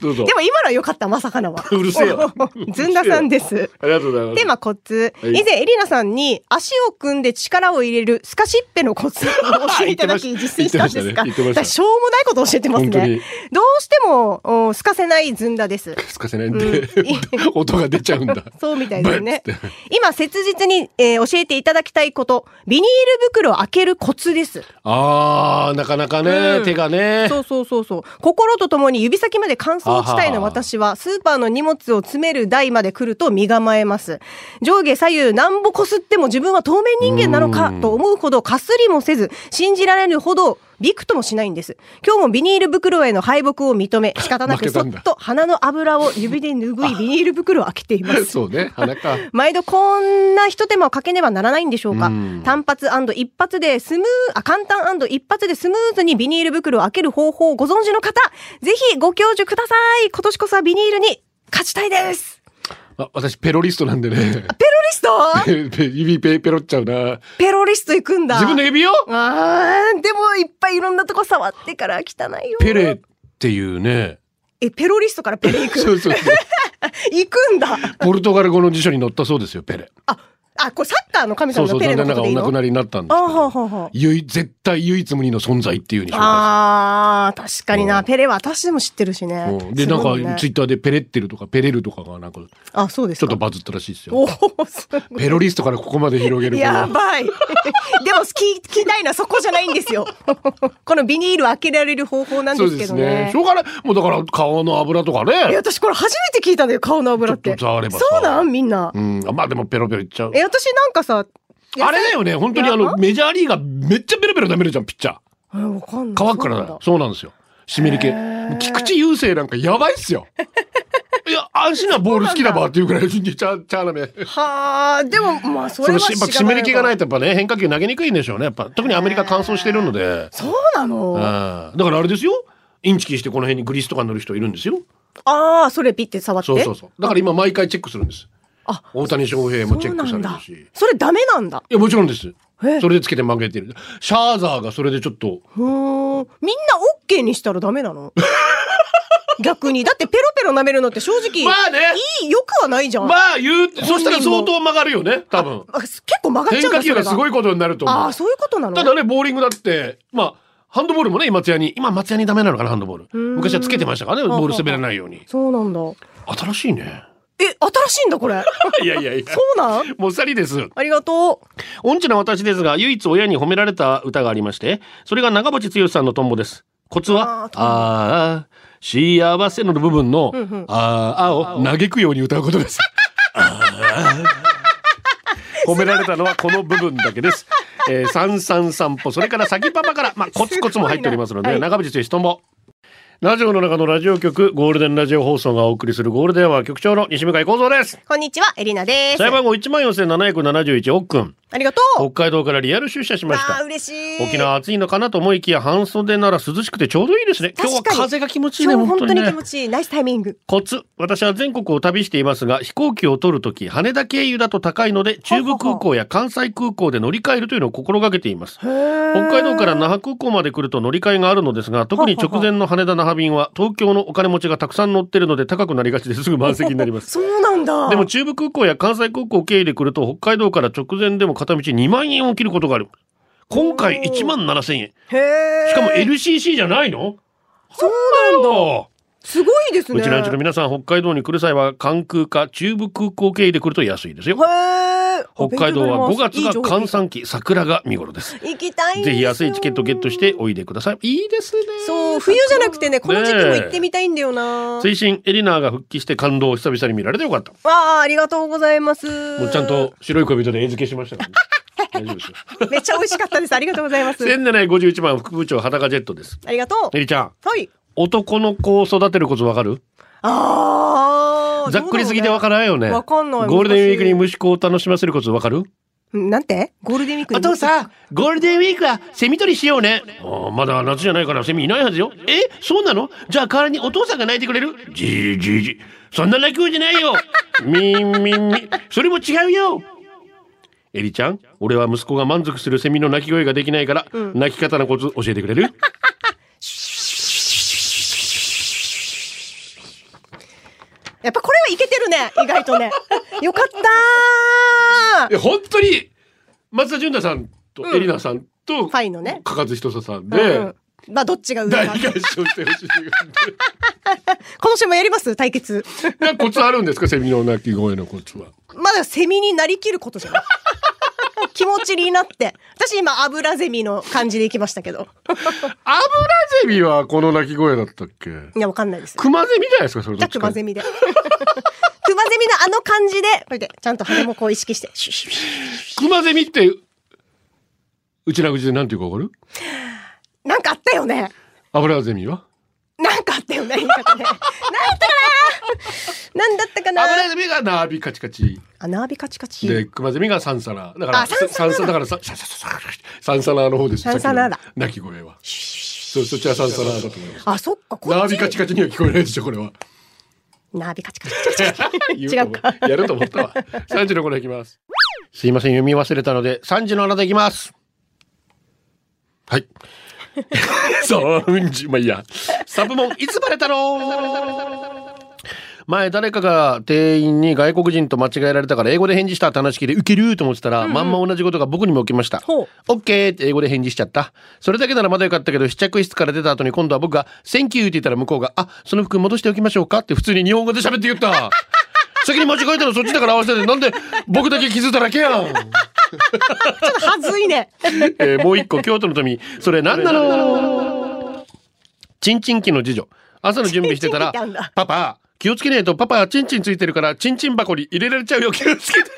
Speaker 1: どうぞ。
Speaker 2: でも今のは良かったまさかなは
Speaker 1: [LAUGHS] うるせえよ
Speaker 2: [LAUGHS] ずんださんです
Speaker 1: ありがとうございます。
Speaker 2: テーマコツ、
Speaker 1: はい
Speaker 2: 以前エリナさんに足を組んで力を入れるスカシッペのコツを教えていた
Speaker 1: [LAUGHS]
Speaker 2: だき
Speaker 1: 言ってました
Speaker 2: 実践したんですが、
Speaker 1: 言ってましたね言ってました
Speaker 2: 私しょうもないことを教えてますね
Speaker 1: 本当に
Speaker 2: どうしてもおすかせないずん
Speaker 1: [LAUGHS]
Speaker 2: だです
Speaker 1: すかせないんで、
Speaker 2: う
Speaker 1: [LAUGHS] 音が出ちゃうんだ。
Speaker 2: そうみたいですね
Speaker 1: ブッつって。
Speaker 2: 今切実に、えー教えていただきたいことビニール袋を開けるコツです
Speaker 1: ああなかなかね、
Speaker 2: うん
Speaker 1: 手がね。
Speaker 2: そうそうそうそう心とともに指先まで乾燥地帯の私はスーパーの荷物を詰める台まで来ると身構えます上下左右なんぼこすっても自分は透明人間なのかと思うほどかすりもせず信じられるほどびくともしないんです今日もビニール袋への敗北を認め仕方な
Speaker 1: [LAUGHS] 負
Speaker 2: く
Speaker 1: けた
Speaker 2: そ
Speaker 1: ん
Speaker 2: っ
Speaker 1: だ
Speaker 2: と鼻の油を指で拭いビニール袋を開けています
Speaker 1: [LAUGHS] そうね鼻
Speaker 2: [LAUGHS]
Speaker 1: か。
Speaker 2: 毎度こんなひと手間をかけねばならないんでしょうか
Speaker 1: うん
Speaker 2: 単発一発でスムーあ簡単一発でスムーズにビニール袋を開ける方法をご存知の方ぜひご教授ください今年こそはビニールに勝ちたいです
Speaker 1: あ私ペロリストなんでね。
Speaker 2: ペロリスト
Speaker 1: [LAUGHS] ペペ指ペペロっちゃうな。
Speaker 2: ペロリスト行くんだ
Speaker 1: 自分の指よ。
Speaker 2: あーでもいっぱいいろんなとこ触ってから汚いよ
Speaker 1: ペレっていうね。
Speaker 2: えペロリストからペレ行く
Speaker 1: そうそう
Speaker 2: [LAUGHS]
Speaker 1: そう。
Speaker 2: 行くんだ
Speaker 1: ポルトガル語の辞書に載ったそうですよペレ。
Speaker 2: ああこれサッカーの神
Speaker 1: そう
Speaker 2: 様
Speaker 1: そ
Speaker 2: の
Speaker 1: う
Speaker 2: ペレ
Speaker 1: 残
Speaker 2: の
Speaker 1: 念な
Speaker 2: こ
Speaker 1: が
Speaker 2: と
Speaker 1: ら
Speaker 2: で
Speaker 1: お亡くなり
Speaker 2: いいの
Speaker 1: になったんです
Speaker 2: あ
Speaker 1: け
Speaker 2: ー
Speaker 1: ど。
Speaker 2: ほうほうほう
Speaker 1: 唯絶対唯一無二の存在っていうふうに紹介されて
Speaker 2: あー確かに
Speaker 1: う
Speaker 2: なんペレは私でも知ってるしね
Speaker 1: うんで、
Speaker 2: す
Speaker 1: なん
Speaker 2: ごい
Speaker 1: か
Speaker 2: ね
Speaker 1: ツイッターでペレってるとかペレるとかがなんかち
Speaker 2: あそうです
Speaker 1: ょっ
Speaker 2: か
Speaker 1: とバズったらしいですよ。
Speaker 2: おおすごい
Speaker 1: ペロリストからここまで広げるこ
Speaker 2: や
Speaker 1: の
Speaker 2: ばいでも聞き聞きたいのはそこじゃないんですよ [LAUGHS] このビニールを開けられる方法なん
Speaker 1: そ
Speaker 2: で
Speaker 1: う
Speaker 2: す
Speaker 1: で
Speaker 2: け
Speaker 1: す
Speaker 2: ど
Speaker 1: ね
Speaker 2: ね。
Speaker 1: しょうがない。もうだから顔の油とか
Speaker 2: え
Speaker 1: ね。
Speaker 2: 私これ初めて聞いたんだよ顔の油って
Speaker 1: ちょっと触ればさ
Speaker 2: そうなんみんな、
Speaker 1: うん。あまあでもペロペロいっちゃう。
Speaker 2: え私なんかさ
Speaker 1: あれだよね。本当にあ
Speaker 2: い
Speaker 1: の
Speaker 2: や
Speaker 1: メジャーリーガーめっちゃペロペロ舐めるじゃん、ピッチャー。
Speaker 2: あわかんない
Speaker 1: 乾くからだよ。そうなんですよ。湿り気。菊池雄星なんかやばいっす
Speaker 2: [LAUGHS]
Speaker 1: よ。いや、安心なボール好きだばっていうくらい、チャーチャ
Speaker 2: [LAUGHS]
Speaker 1: ーなめ。
Speaker 2: はあでもまあそ
Speaker 1: その
Speaker 2: れは
Speaker 1: しやっぱ湿り気がないとやっぱね変化球投げにくいんでしょうねやっぱ特にアメリカ乾燥してるので、
Speaker 2: そうなのあ
Speaker 1: うんだからあれですよインチキしてこの辺にグリスとか塗る人いるんですよ
Speaker 2: あーそれピッて触って
Speaker 1: そうそうそうだから今毎回チェックするんです
Speaker 2: あ
Speaker 1: 大谷翔平もチェック
Speaker 2: そうな
Speaker 1: さ
Speaker 2: ん
Speaker 1: れる
Speaker 2: だ
Speaker 1: しい
Speaker 2: それダメなんだ
Speaker 1: やもちろんです
Speaker 2: え
Speaker 1: それでつけて曲げてるシャーザーがそれでちょっと
Speaker 2: ふーんみんなオッケーにしたらダメ
Speaker 1: [LAUGHS]
Speaker 2: なの逆にだってペロペロ舐めるのって正直、
Speaker 1: まあね
Speaker 2: いいよくはないじゃん、
Speaker 1: まあ言う
Speaker 2: も
Speaker 1: そしたら相当曲がるよね多分
Speaker 2: あ結構曲がっち
Speaker 1: 変
Speaker 2: ゃうんだ
Speaker 1: 化球がすご
Speaker 2: い
Speaker 1: いことになると
Speaker 2: あ
Speaker 1: 思
Speaker 2: あ
Speaker 1: う
Speaker 2: そういうことなの
Speaker 1: ただねボーリングだってまあハンドボールもね今松屋に今松屋にダメなのかなハンドボール
Speaker 2: ん
Speaker 1: 昔はつけてましたからね
Speaker 2: はあはあ
Speaker 1: ボール滑らないように
Speaker 2: そうなんだ
Speaker 1: 新しいね
Speaker 2: え新しいんだ
Speaker 1: [LAUGHS]
Speaker 2: これ
Speaker 1: いやいやいや
Speaker 2: そうなん
Speaker 1: もっさりです
Speaker 2: ありがとう
Speaker 1: 音痴な私ですが唯一親に褒められた歌がありましてそれが長渕剛さんのトンボですコツは
Speaker 2: あー
Speaker 1: 「ああ幸せ」の部分の
Speaker 2: うんうん
Speaker 1: 「ああ」を嘆くように歌うこと
Speaker 2: [LAUGHS]
Speaker 1: です。あー褒められたのはこの部分だけです。えー、三三散歩それから先パパからまあコツコツも入っておりますので、
Speaker 2: すごいな
Speaker 1: 長渕剛トンボ。ラジオの中のラジオ局ゴールデンラジオ放送がお送りするゴールデンは局長の西向井光三です。
Speaker 2: こんにちはエリナです
Speaker 1: 裁判後一万四千七百七十一億君。
Speaker 2: ありがと
Speaker 1: 北
Speaker 2: う
Speaker 1: 海道からリアル出社しまし
Speaker 2: あ
Speaker 1: た
Speaker 2: ー。嬉しい
Speaker 1: 沖縄暑いのかなと思いきや半袖なら涼しくてちょうどいいですね今日は
Speaker 2: 確かに
Speaker 1: 風が気持ちいい
Speaker 2: 今
Speaker 1: ね本
Speaker 2: 日本
Speaker 1: 当
Speaker 2: 当
Speaker 1: に
Speaker 2: に
Speaker 1: ね
Speaker 2: 気持ちいいナイスタイミング
Speaker 1: コツ私は全国を旅していますが飛行機を取るとき羽田経由だと高いので中部空港や関西空港で乗り換えるというのを心がけています北
Speaker 2: 北
Speaker 1: 海道から那覇空港まで来ると乗り換えがあるのですが特に直前の羽田那覇便は東京のお金持ちがたくさん乗ってるので高くなりがちですぐ満席になります
Speaker 2: そうなんだ
Speaker 1: でも中部空港や関西空港を経由で来ると北海道から直前でも片道2万円を切ることがある今回1万7千円
Speaker 2: へえ
Speaker 1: しかも LCC じゃないの
Speaker 2: そうなんだすごいです
Speaker 1: う
Speaker 2: ね
Speaker 1: ちのうちの皆さん北海道に来る際は関空か中部空港経由で来ると安いですよ
Speaker 2: へえ
Speaker 1: 北海道は5月が
Speaker 2: 関
Speaker 1: 閑散期桜が見頃です
Speaker 2: 行きたいんです
Speaker 1: ぜ
Speaker 2: よ
Speaker 1: ひ安いチケットゲットしておいでくださいいいですね
Speaker 2: そう冬じゃなくてねこの時期も行ってみたいんだよな、
Speaker 1: 推進エリナが復帰して感動を久々に見られてよかった
Speaker 2: わあありがとうございます
Speaker 1: もうちゃんと白い恋人で絵付けしました
Speaker 2: [LAUGHS]
Speaker 1: からね大丈夫ですよ
Speaker 2: めっちゃ美味しかったですありがとうござ
Speaker 1: [LAUGHS]
Speaker 2: います
Speaker 1: 1751番副部長裸ジェットです
Speaker 2: ありがとう
Speaker 1: エリちゃん
Speaker 2: はい
Speaker 1: 男の子を育てるコツわかる
Speaker 2: ああ
Speaker 1: ざっくりすぎてわからないよね
Speaker 2: わかんない
Speaker 1: ゴールデンウィークに息子を楽しませるコツわかる
Speaker 2: ううんなんてゴールデンウィークに
Speaker 1: ん、ゴールデンウィークはセミ取りしようね。ああまだ夏じゃないからセミいないはずよ。え、そうなのじゃあ代わりにお父さんが泣いてくれるじいじいじ。そんな泣き声じゃないよ。 [LAUGHS] みんみんみん。それも違うよ。エリちゃん、俺は息子が満足するセミの鳴き声ができないから、泣き方のコツ教えてくれる
Speaker 2: やっぱこれはいけてるね意外
Speaker 1: [LAUGHS]
Speaker 2: とねよかったー
Speaker 1: え、本当に、松田純太さんとエリナさんと、
Speaker 2: ファイのね
Speaker 1: かかずひとささんで、
Speaker 2: うんまあどっちが上
Speaker 1: 大
Speaker 2: か
Speaker 1: 合唱してほしい。
Speaker 2: この週もやります対決
Speaker 1: [LAUGHS] なんかコツあるんですかセミの鳴き声のコツは。
Speaker 2: まだセミになりきることじゃ
Speaker 1: [LAUGHS]
Speaker 2: ない気持ちになって私今油ゼミの感じでいきましたけど
Speaker 1: 油ゼミはこの鳴き声だったっけ
Speaker 2: いやわかんないですじ
Speaker 1: 熊ゼミじゃないですかそれど
Speaker 2: ゃ
Speaker 1: っ
Speaker 2: あ
Speaker 1: ち
Speaker 2: ク
Speaker 1: か
Speaker 2: マゼミで [LAUGHS] クマゼミのあの感じでこれでちゃんと羽もこう意識してシュッシュッシュッ
Speaker 1: 熊ゼミってうちな口でなんていうかわかる
Speaker 2: なんかあったよね
Speaker 1: 油ゼミは
Speaker 2: なんかあったよね言い方ねなんだったかななんだったかな
Speaker 1: 油ゼミがナービカチカチ
Speaker 2: あナービカチカチ
Speaker 1: で熊ゼミがサンサラだから
Speaker 2: あサンサラ
Speaker 1: だからササササササンサラの方ですよ
Speaker 2: サンサラだ
Speaker 1: さっきの鳴き声はそうそっちはサンサラだと思います
Speaker 2: あそっかこ
Speaker 1: ナ
Speaker 2: っ
Speaker 1: ービ
Speaker 2: ち
Speaker 1: カチカチには聞こえないでしょこれは
Speaker 2: [LAUGHS] ナービカチカチカチカチ
Speaker 1: [LAUGHS] 言と思
Speaker 2: 違うか
Speaker 1: やると思ったわ3時の頃いきますすいません読み忘れたので3時のあなたいきますはい [LAUGHS] 3時まあいいやサブモンいつバレたの前誰かが店員に外国人と間違えられたから英語で返事したって話聞いてウケると思ってたら、まんま同じことが僕にも起きました
Speaker 2: ほう
Speaker 1: オッケーって英語で返事しちゃった。それだけならまだよかったけど、試着室から出た後に今度は僕が、センキューって言ったら向こうが、あ、その服戻しておきましょうかって普通に日本語で喋って言った。 [LAUGHS] 先に間違えたのそっちだから合わせて、なんで僕だけ傷だらけやん。
Speaker 2: はずいね
Speaker 1: えーもう一個、京都の富、それなんなのチンチン機の次女。朝の準備してたら
Speaker 2: チンチン機ってあんだ、
Speaker 1: パパ、気をつけねえと、パパ、チンチンついてるから、チンチン箱に入れられちゃうよ、気をつけ
Speaker 2: [LAUGHS]
Speaker 1: て。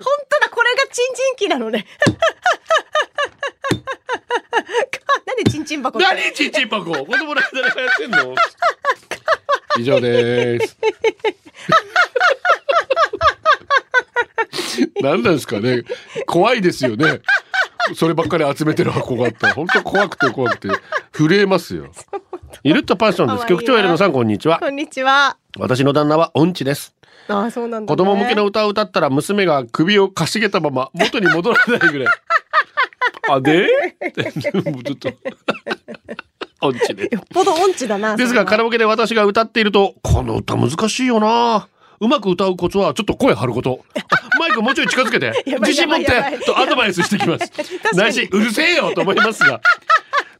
Speaker 2: 本当だ、これがチンチン機なのね。 [LAUGHS] なんでチンチン箱って
Speaker 1: 何チンチン箱子供の間で流行ってん
Speaker 2: [LAUGHS]
Speaker 1: の以上です何なんですかね怖いですよねそればっかり集めてる箱があったら本当怖くて怖くて震えますよゆるっとパッションです
Speaker 2: 可愛いな
Speaker 1: 局長エレナさんこんにちは
Speaker 2: こんにちは。
Speaker 1: 私の旦那は音痴です
Speaker 2: ああ、そうなんだ、
Speaker 1: 子
Speaker 2: ね。
Speaker 1: 供向けの。歌を歌ったら娘が首をかしげたまま元に戻らないぐらいあで [LAUGHS] ってもうちょっと音痴で
Speaker 2: よっぽど音痴だな。
Speaker 1: ですがカラオケで私が歌っているとこの歌難しいよなうまく歌うコツはちょっと声張ることあマイクもうちょい近づけて
Speaker 2: [LAUGHS] やばい
Speaker 1: 自信持っ
Speaker 2: やばいや
Speaker 1: て
Speaker 2: ばい
Speaker 1: とアドバイスしてきます
Speaker 2: かに
Speaker 1: ないしうるせえよと思いますが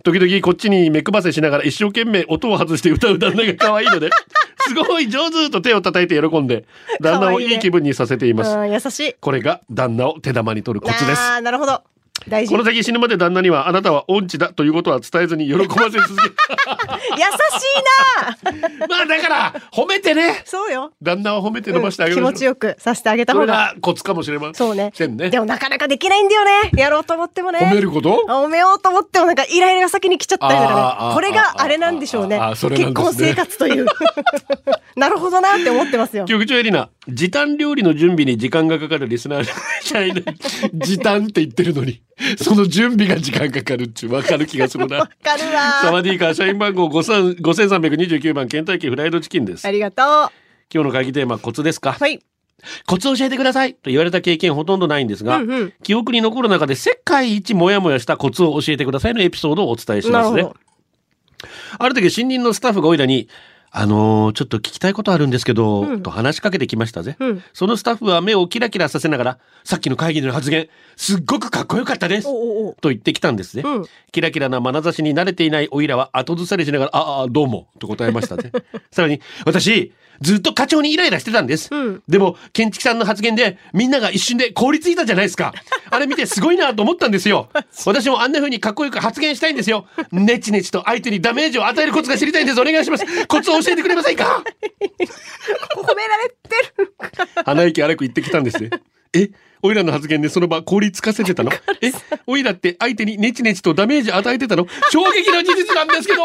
Speaker 1: 時々こっちに目くばせしながら一生懸命音を外して歌う旦那が可愛いのですごい上手と手を叩いて喜んで旦那をいい気分にさせています
Speaker 2: うん、優しい。
Speaker 1: これが旦那を手玉に取るコツです
Speaker 2: ああ、なるほど。大事。
Speaker 1: この
Speaker 2: 優
Speaker 1: 先死ぬまで [LAUGHS] 旦那にはあなたは音痴だということは伝えずに喜ばせ続け
Speaker 2: [LAUGHS] しいな。
Speaker 1: るまあだから褒めてね
Speaker 2: [LAUGHS] そうよ。
Speaker 1: 旦那を褒めて伸ばしてあげ
Speaker 2: 気
Speaker 1: る、
Speaker 2: 持ちよくさせてあげた
Speaker 1: そ
Speaker 2: 方
Speaker 1: れ
Speaker 2: が。
Speaker 1: がコツかもしれません
Speaker 2: そうね
Speaker 1: ね
Speaker 2: でもなかなかできないんだよね。やろうと思ってもね。
Speaker 1: 褒めること
Speaker 2: あ褒めようと思ってもなんかイライラが先に来ちゃったりと
Speaker 1: あー
Speaker 2: か
Speaker 1: あー
Speaker 2: ね。これがあれなんでしょうね
Speaker 1: あーあー。それなん
Speaker 2: 結
Speaker 1: ですね
Speaker 2: 婚生活という。 [LAUGHS] なるほどなって思ってますよ。
Speaker 1: 局長エリナ時短料理の準備に時間がかかるリスナ
Speaker 2: [LAUGHS]
Speaker 1: ーじゃないのに時短って言ってるのにその準備が時間かかるっちゅう分かる気がする
Speaker 2: [LAUGHS]
Speaker 1: な
Speaker 2: わかる
Speaker 1: サ
Speaker 2: わ
Speaker 1: ワディーカー社員番号53 5329番ケンタッキーフライドチキンです
Speaker 2: ありがとう。
Speaker 1: 今日の会議テーマコツですか
Speaker 2: はい。
Speaker 1: コツ教えてくださいと言われた経験ほとんどないんですが、
Speaker 2: うんうん
Speaker 1: 記憶に残る中で世界一モヤモヤしたコツを教えてくださいのエピソードをお伝えしま
Speaker 2: なる
Speaker 1: す
Speaker 2: ほ
Speaker 1: ね
Speaker 2: ど。
Speaker 1: ある時新任のスタッフがおいらに、あのーちょっと聞きたいことあるんですけど、と話しかけてきましたぜ、
Speaker 2: うん
Speaker 1: そのスタッフは目をキラキラさせながら、さっきの会議での発言、すっごくかっこよかったです
Speaker 2: おうおうおう
Speaker 1: と言ってきたんですね、
Speaker 2: うん
Speaker 1: キラキラな眼差しに慣れていないおいらは後ずさりしながら、ああ、どうも、と答えました
Speaker 2: [LAUGHS]
Speaker 1: ね。さらに、私、ずっと課長にイライラしてたんです。
Speaker 2: うん
Speaker 1: でも、建築さんの発言で、みんなが一瞬で凍りついたじゃないですか。あれ見てすごいなと思ったんです
Speaker 2: [LAUGHS]
Speaker 1: よ。私もあんな風にかっこよく発言したいんですよ。ネチネチと相手にダメージを与えるコツが知りたいんです。お願いします。コツを教えてくれませんか
Speaker 2: 褒められてる。 [LAUGHS]
Speaker 1: 鼻息荒く言ってきたんですね。 [LAUGHS] えオイラの発言でその場凍りつかせてたのえオイラって相手にネチネチとダメージ与えてたの衝撃の事実なんですけど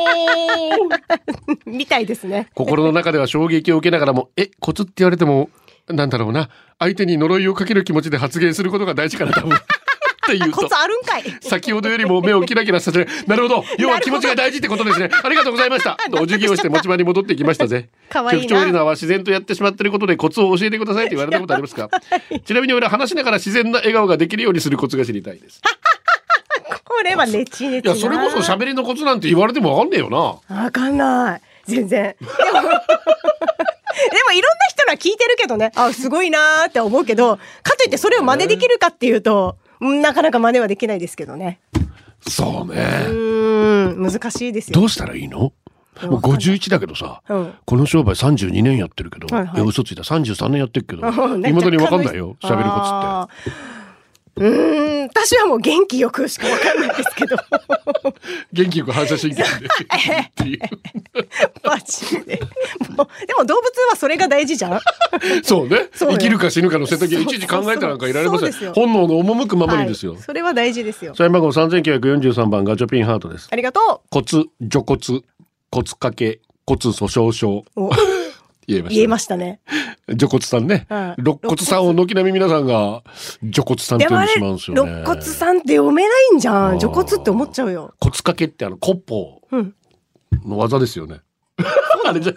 Speaker 1: [LAUGHS]
Speaker 2: みたいですね。
Speaker 1: 心の中では衝撃を受けながらも、え、コツって言われても、なんだろうな、相手に呪いをかける気持ちで発言することが大事かな、 [LAUGHS] 多分。って言う
Speaker 2: コ
Speaker 1: と
Speaker 2: ツ。あるん
Speaker 1: [LAUGHS]
Speaker 2: かい。
Speaker 1: 先ほどよりも目をキラキラさせる。なるほど。要は気持ちが大事ってことですね。ありがとうございま
Speaker 2: [LAUGHS]
Speaker 1: した。とお辞儀をして持ち場に戻ってきましたぜ。
Speaker 2: かわいいな
Speaker 1: 局長エリナは自然とやってしまっていることでコツを教えてくださいって言われたことあります
Speaker 2: [LAUGHS]
Speaker 1: かちなみに俺は話しながら自然な笑顔ができるようにするコツが知りたいです。
Speaker 2: これはネチネチ
Speaker 1: い
Speaker 2: な。
Speaker 1: や、それこそ喋りのコツなんて言われてもわかんねえよな。
Speaker 2: わかんない。
Speaker 1: [LAUGHS]
Speaker 2: 全然。でも、でもいろんな人のは聞いてるけどね、あ、すごいなーって思うけど、かといってそれを真似できるかっていうと、うんなかなか真似はできないですけどね。
Speaker 1: そうね。
Speaker 2: うーん、難しいですよ。
Speaker 1: どうしたらいいのもう51だけどさ、
Speaker 2: うん
Speaker 1: この商売32年やってるけど、
Speaker 2: はいはい
Speaker 1: え嘘ついた33年やってるけど、
Speaker 2: うん [LAUGHS] [LAUGHS] ね
Speaker 1: いまだにわかんないよ、喋るコツって。
Speaker 2: あーうーん、私はもう元気よくしかわかんないですけど。
Speaker 1: [LAUGHS] 元気よく反射神
Speaker 2: [LAUGHS]
Speaker 1: 経で。っていう
Speaker 2: マジで。もう、でも動物はそれが大事じゃん。
Speaker 1: そうね。
Speaker 2: そうよ
Speaker 1: 生きるか死ぬかの選択をいちいち考えたなんかいられませ
Speaker 2: そうです
Speaker 1: ん。
Speaker 2: よ
Speaker 1: 本能の赴くままにですよ
Speaker 2: はい。それは大事ですよ。
Speaker 1: 社員番号3943番ガチョピンハートです。
Speaker 2: ありがと
Speaker 1: コツ、除骨、骨掛け、骨粗鬆症。 [LAUGHS]
Speaker 2: う。お
Speaker 1: 言えました。
Speaker 2: 言えましたね。
Speaker 1: 除骨さんね。
Speaker 2: うん
Speaker 1: 肋骨さんを軒並み皆さんが除骨さんっ
Speaker 2: で
Speaker 1: て
Speaker 2: も
Speaker 1: 呼ん
Speaker 2: あ
Speaker 1: で
Speaker 2: れ、
Speaker 1: しまうんですよね。
Speaker 2: 肋骨さんって読めないんじゃ
Speaker 1: あー
Speaker 2: ん。除骨って思っちゃうよ。
Speaker 1: 骨掛けってあの、骨法
Speaker 2: うん。
Speaker 1: の技ですよね。あれじゃ、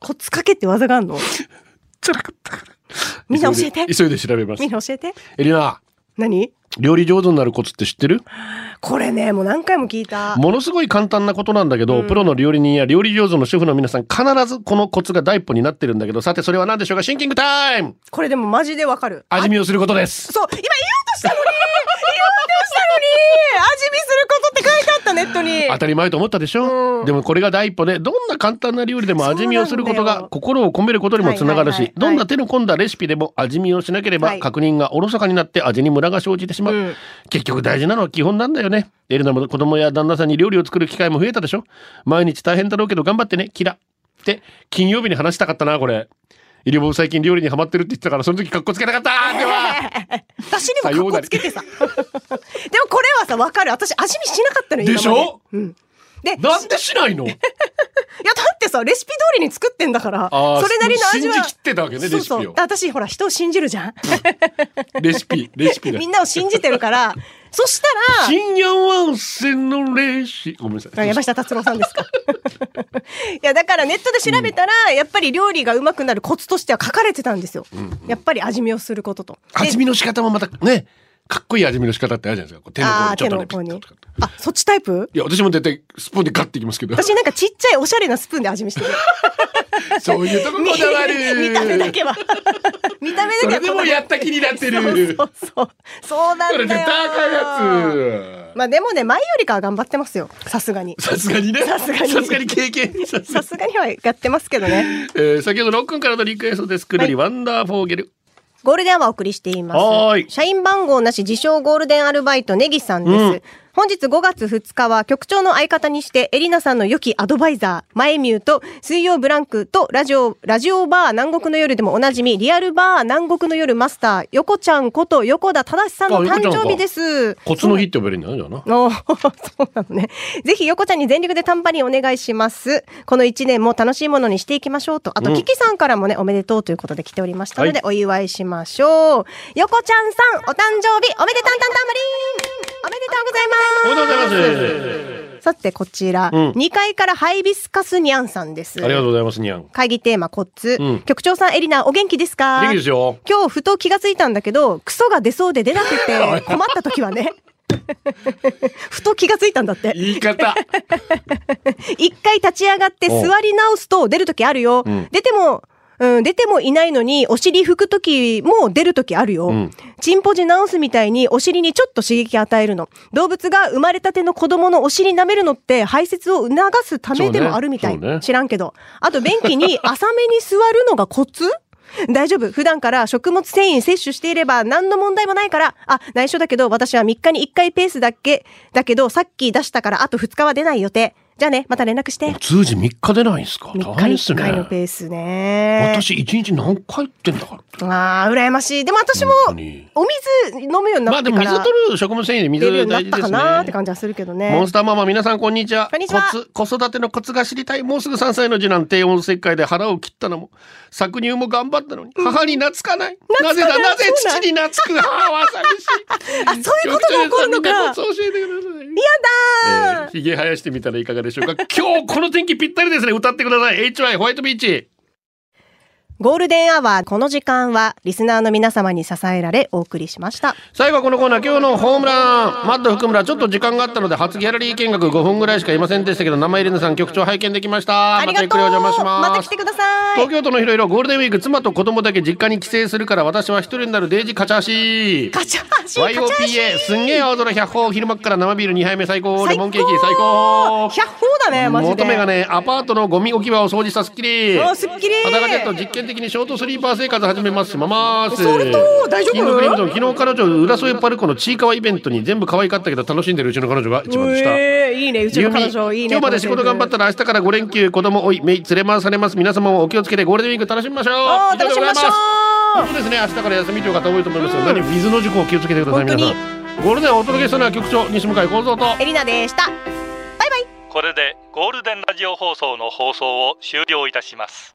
Speaker 2: 骨かけって技がある
Speaker 1: [LAUGHS]
Speaker 2: の
Speaker 1: 辛かったから。
Speaker 2: みんな教えて
Speaker 1: 急いで急いで調べます
Speaker 2: みん。な教えて。
Speaker 1: エリナ、
Speaker 2: 何
Speaker 1: 料理上手になるコツって知ってる
Speaker 2: これね、もう何回も聞いた。
Speaker 1: ものすごい簡単なことなんだけど、プロの料理人や料理上手の主婦の皆さん、必ずこのコツが第一歩になってるんだけど、さてそれは何でしょうかシンキングタイム
Speaker 2: これでもマジでわかる。
Speaker 1: 味見をすることです。
Speaker 2: そう、今言おうとしたのに言おうとしたのに味見することって書いてあった、ネットに。
Speaker 1: 当たり前と思ったでしょ、
Speaker 2: うん
Speaker 1: でもこれが第一歩で、どんな簡単な料理でも味見をすること
Speaker 2: そうなんだ
Speaker 1: が
Speaker 2: よ
Speaker 1: 心を込めることにもつながるし、
Speaker 2: はいはいはい
Speaker 1: どんな手の込んだレシピでも味見をしなけれ
Speaker 2: は
Speaker 1: ば
Speaker 2: い
Speaker 1: 確認がおろそかになって味にムラが生じてしまう。
Speaker 2: うん
Speaker 1: 結局大事なのは基本なんだよね。エルナも子供や旦那さんに料理を作る機会も増えたでしょ毎日大変だろうけど頑張ってね、キラ。って、金曜日に話したかったな、これ。イリボブ最近料理にハマってるって言ってたから、その時格好つけたかったでは
Speaker 2: [LAUGHS] 私にも格好つけてさ。でもこれはさ、わかる。私味見しなかったのよ
Speaker 1: でしょ
Speaker 2: 今までうん。で、
Speaker 1: なんでしないの
Speaker 2: いや、だってさ、レシピ通りに作ってんだから、
Speaker 1: あー
Speaker 2: それなりの味は。
Speaker 1: 信じ切ってたわけね
Speaker 2: そうそう
Speaker 1: レシピを
Speaker 2: 私、ほら、人を信じるじゃん。
Speaker 1: レシピ、レシピだ
Speaker 2: [LAUGHS] み。んなを信じて
Speaker 1: [LAUGHS]
Speaker 2: るから、そしたら、
Speaker 1: 深夜ワンセンのレシごめんなさ
Speaker 2: あ
Speaker 1: い。
Speaker 2: 山下達郎さんですか。 [LAUGHS] いや、だからネットで調べたら、やっぱり料理がうまくなるコツとしては書かれてたんですよ。やっぱり味見をすることと。で
Speaker 1: 味見の仕方もまたね、かっこいい味見の仕方ってあるじゃないですか。こう手の
Speaker 2: あ
Speaker 1: 甲に
Speaker 2: あ、
Speaker 1: ちょ
Speaker 2: 手
Speaker 1: っと
Speaker 2: の
Speaker 1: ね、ピ
Speaker 2: 甲
Speaker 1: ッと
Speaker 2: に
Speaker 1: とか。
Speaker 2: あ、そっちタイプ
Speaker 1: いや、私も絶対スプーンでガッていきますけど。
Speaker 2: 私なんかちっちゃいおしゃれなスプーンで味
Speaker 1: [LAUGHS]
Speaker 2: 見してる。
Speaker 1: そういうとここだわる。
Speaker 2: 見た [LAUGHS] 目だ
Speaker 1: [LAUGHS]
Speaker 2: けは。見た目だ
Speaker 1: そ
Speaker 2: け
Speaker 1: れ
Speaker 2: は
Speaker 1: でもやった気になってる。
Speaker 2: そうそう。そうな
Speaker 1: これ
Speaker 2: ん
Speaker 1: 絶
Speaker 2: だよ。
Speaker 1: 対赤いや
Speaker 2: まあでもね、前よりかは頑張ってますよ。さすがに
Speaker 1: つ。。さすがにね。
Speaker 2: さすがに
Speaker 1: さすがに経験。さすが
Speaker 2: さ
Speaker 1: に
Speaker 2: すがにはやってますけどね。
Speaker 1: えー先ほどロックンからのリクエストです。くるりワンダーフォーゲル。
Speaker 2: ゴールデンはお送りしています。
Speaker 1: はーい
Speaker 2: 社員番号なし自称ゴールデンアルバイトネギさんです。
Speaker 1: うん
Speaker 2: 本日5月2日は局長の相方にしてエリナさんの良きアドバイザー、前ミューと水曜ブランクとラジオ、ラジオバー南国の夜でもおなじみリアルバー南国の夜マスター、横ちゃんこと横田正さんの
Speaker 1: あ横ちゃ
Speaker 2: 誕
Speaker 1: んか
Speaker 2: 生日です。
Speaker 1: コツの日って呼べるんじゃないのかな。
Speaker 2: [LAUGHS] おーそうなのね。ぜひ、横ちゃんに全力でタンバリンお願いします。この一年も楽しいものにしていきましょうと。あと、キキさんからもね、おめでとうということで来ておりましたので、
Speaker 1: はい
Speaker 2: お祝いしましょう。横ちゃんさん、お誕生日、おめでたんたんタンバリンおめでとうございます
Speaker 1: おめでとうございます。
Speaker 2: さて、こちら、
Speaker 1: うん
Speaker 2: 2階からハイビスカスニャンさんです。
Speaker 1: ありがとうございます、にゃん。
Speaker 2: 会議テーマ、コツ。
Speaker 1: うん
Speaker 2: 局長さん、エリナ、お元気ですか
Speaker 1: 元気ですよ。
Speaker 2: 今日ふと気がついたんだけど、クソが出そうで出なく
Speaker 1: [LAUGHS]
Speaker 2: て困った時はね。 [LAUGHS] ふと気がついたんだって。
Speaker 1: 言い方。
Speaker 2: 一回立ち上がって座り直すと出る時あるよ。
Speaker 1: ん
Speaker 2: 出ても、うん、出てもいないのに、お尻拭く時も出る時あるよ。
Speaker 1: ん
Speaker 2: チンポジ直すみたいにお尻にちょっと刺激与えるの。動物が生まれたての子供のお尻舐めるのって排泄を促すためでもあるみたい。
Speaker 1: そうねそうね
Speaker 2: 知らんけど。あと、便器
Speaker 1: [LAUGHS]
Speaker 2: に浅めに座るのがコツ大丈夫。普段から食物繊維摂取していれば何の問題もないから、あ、内緒だけど私は3日に1回ペースだけ、だけどさっき出したからあと2日は出ない予定。じゃあね、また連絡して。
Speaker 1: 通じ3日出ないんですか大
Speaker 2: 3日
Speaker 1: 変
Speaker 2: に
Speaker 1: です
Speaker 2: 1
Speaker 1: ね
Speaker 2: 回のペースね。
Speaker 1: 私1日何回行ってんだから
Speaker 2: ああ、羨ましい。でも私も
Speaker 1: 本当に
Speaker 2: お水飲むように
Speaker 1: ま
Speaker 2: な
Speaker 1: あ
Speaker 2: っ
Speaker 1: で
Speaker 2: て
Speaker 1: も
Speaker 2: から
Speaker 1: 水取る食物繊維で水
Speaker 2: 出るよう
Speaker 1: 大
Speaker 2: にな
Speaker 1: 事で
Speaker 2: ったか
Speaker 1: すね
Speaker 2: なーって感じはするけどね。
Speaker 1: モンスターママ皆さんこんにちは
Speaker 2: こんにちは
Speaker 1: コツ子育てのコツが知りたいもうすぐ3歳の次男低温切開で腹を切ったのも搾乳も頑張ったのに母に懐かない、なぜだなぜ父に懐く母は寂しい
Speaker 2: [LAUGHS] あ、そういうことが起こるの
Speaker 1: コ
Speaker 2: か。
Speaker 1: ツ教えてくださいや
Speaker 2: だー
Speaker 1: えー、ひげ生やしてみたらいかがでしょうか今日この天気ぴったりですね歌ってください HY ホワイトビーチ
Speaker 2: ゴールデンアワー、この時間は、リスナーの皆様に支えられ、お送りしました。
Speaker 1: 最後はこのコーナー今日のホームランマッド福村ちょっと時間があったので初ギャラリー見学5分ぐらいしかいませんでしたけど生入れぬさん局長拝見できました
Speaker 2: ありがとう。
Speaker 1: またゆっくりお邪魔します
Speaker 2: また来てください
Speaker 1: 東。京都のいろいろゴールデンウィーク妻と子供だけ実家に帰省するから私は一人になるデイジーカチャーシ
Speaker 2: ガチャーシー、ガチャーシ
Speaker 1: YOPA すんげえ青空100歩昼間っから生ビール2杯目最高レモンケーキ最
Speaker 2: ー。
Speaker 1: 高
Speaker 2: 100歩だね、マジで。
Speaker 1: 求めがねアパートのゴミ置き場を掃除したスッキリ
Speaker 2: あすっきり
Speaker 1: 裸ジェット実験的にショートスリーパー生活始めますしまます
Speaker 2: それと大丈夫
Speaker 1: キングクリムゾン昨日彼女浦添パルコのちいかわイベントに全部可愛かったけど楽しんでるうちの彼女が一番でした、
Speaker 2: えーいいね、うちの彼女、いいね。
Speaker 1: 今日まで仕事頑張ったら明日から5連休子供おいめい連れ回されます皆様もお気をつけてゴールデンウィーク楽しみましょう
Speaker 2: あー楽しみましょ
Speaker 1: 以
Speaker 2: う
Speaker 1: 上でございますそうですね明日から休みという方多いと思いますが、何水の事故を気をつけてください
Speaker 2: 本当
Speaker 1: 皆
Speaker 2: に
Speaker 1: さんゴールデンをお届けしたのは局長西向井光三と
Speaker 2: エリナでした。
Speaker 3: これでゴールデンラジオ放送の放送を終了いたします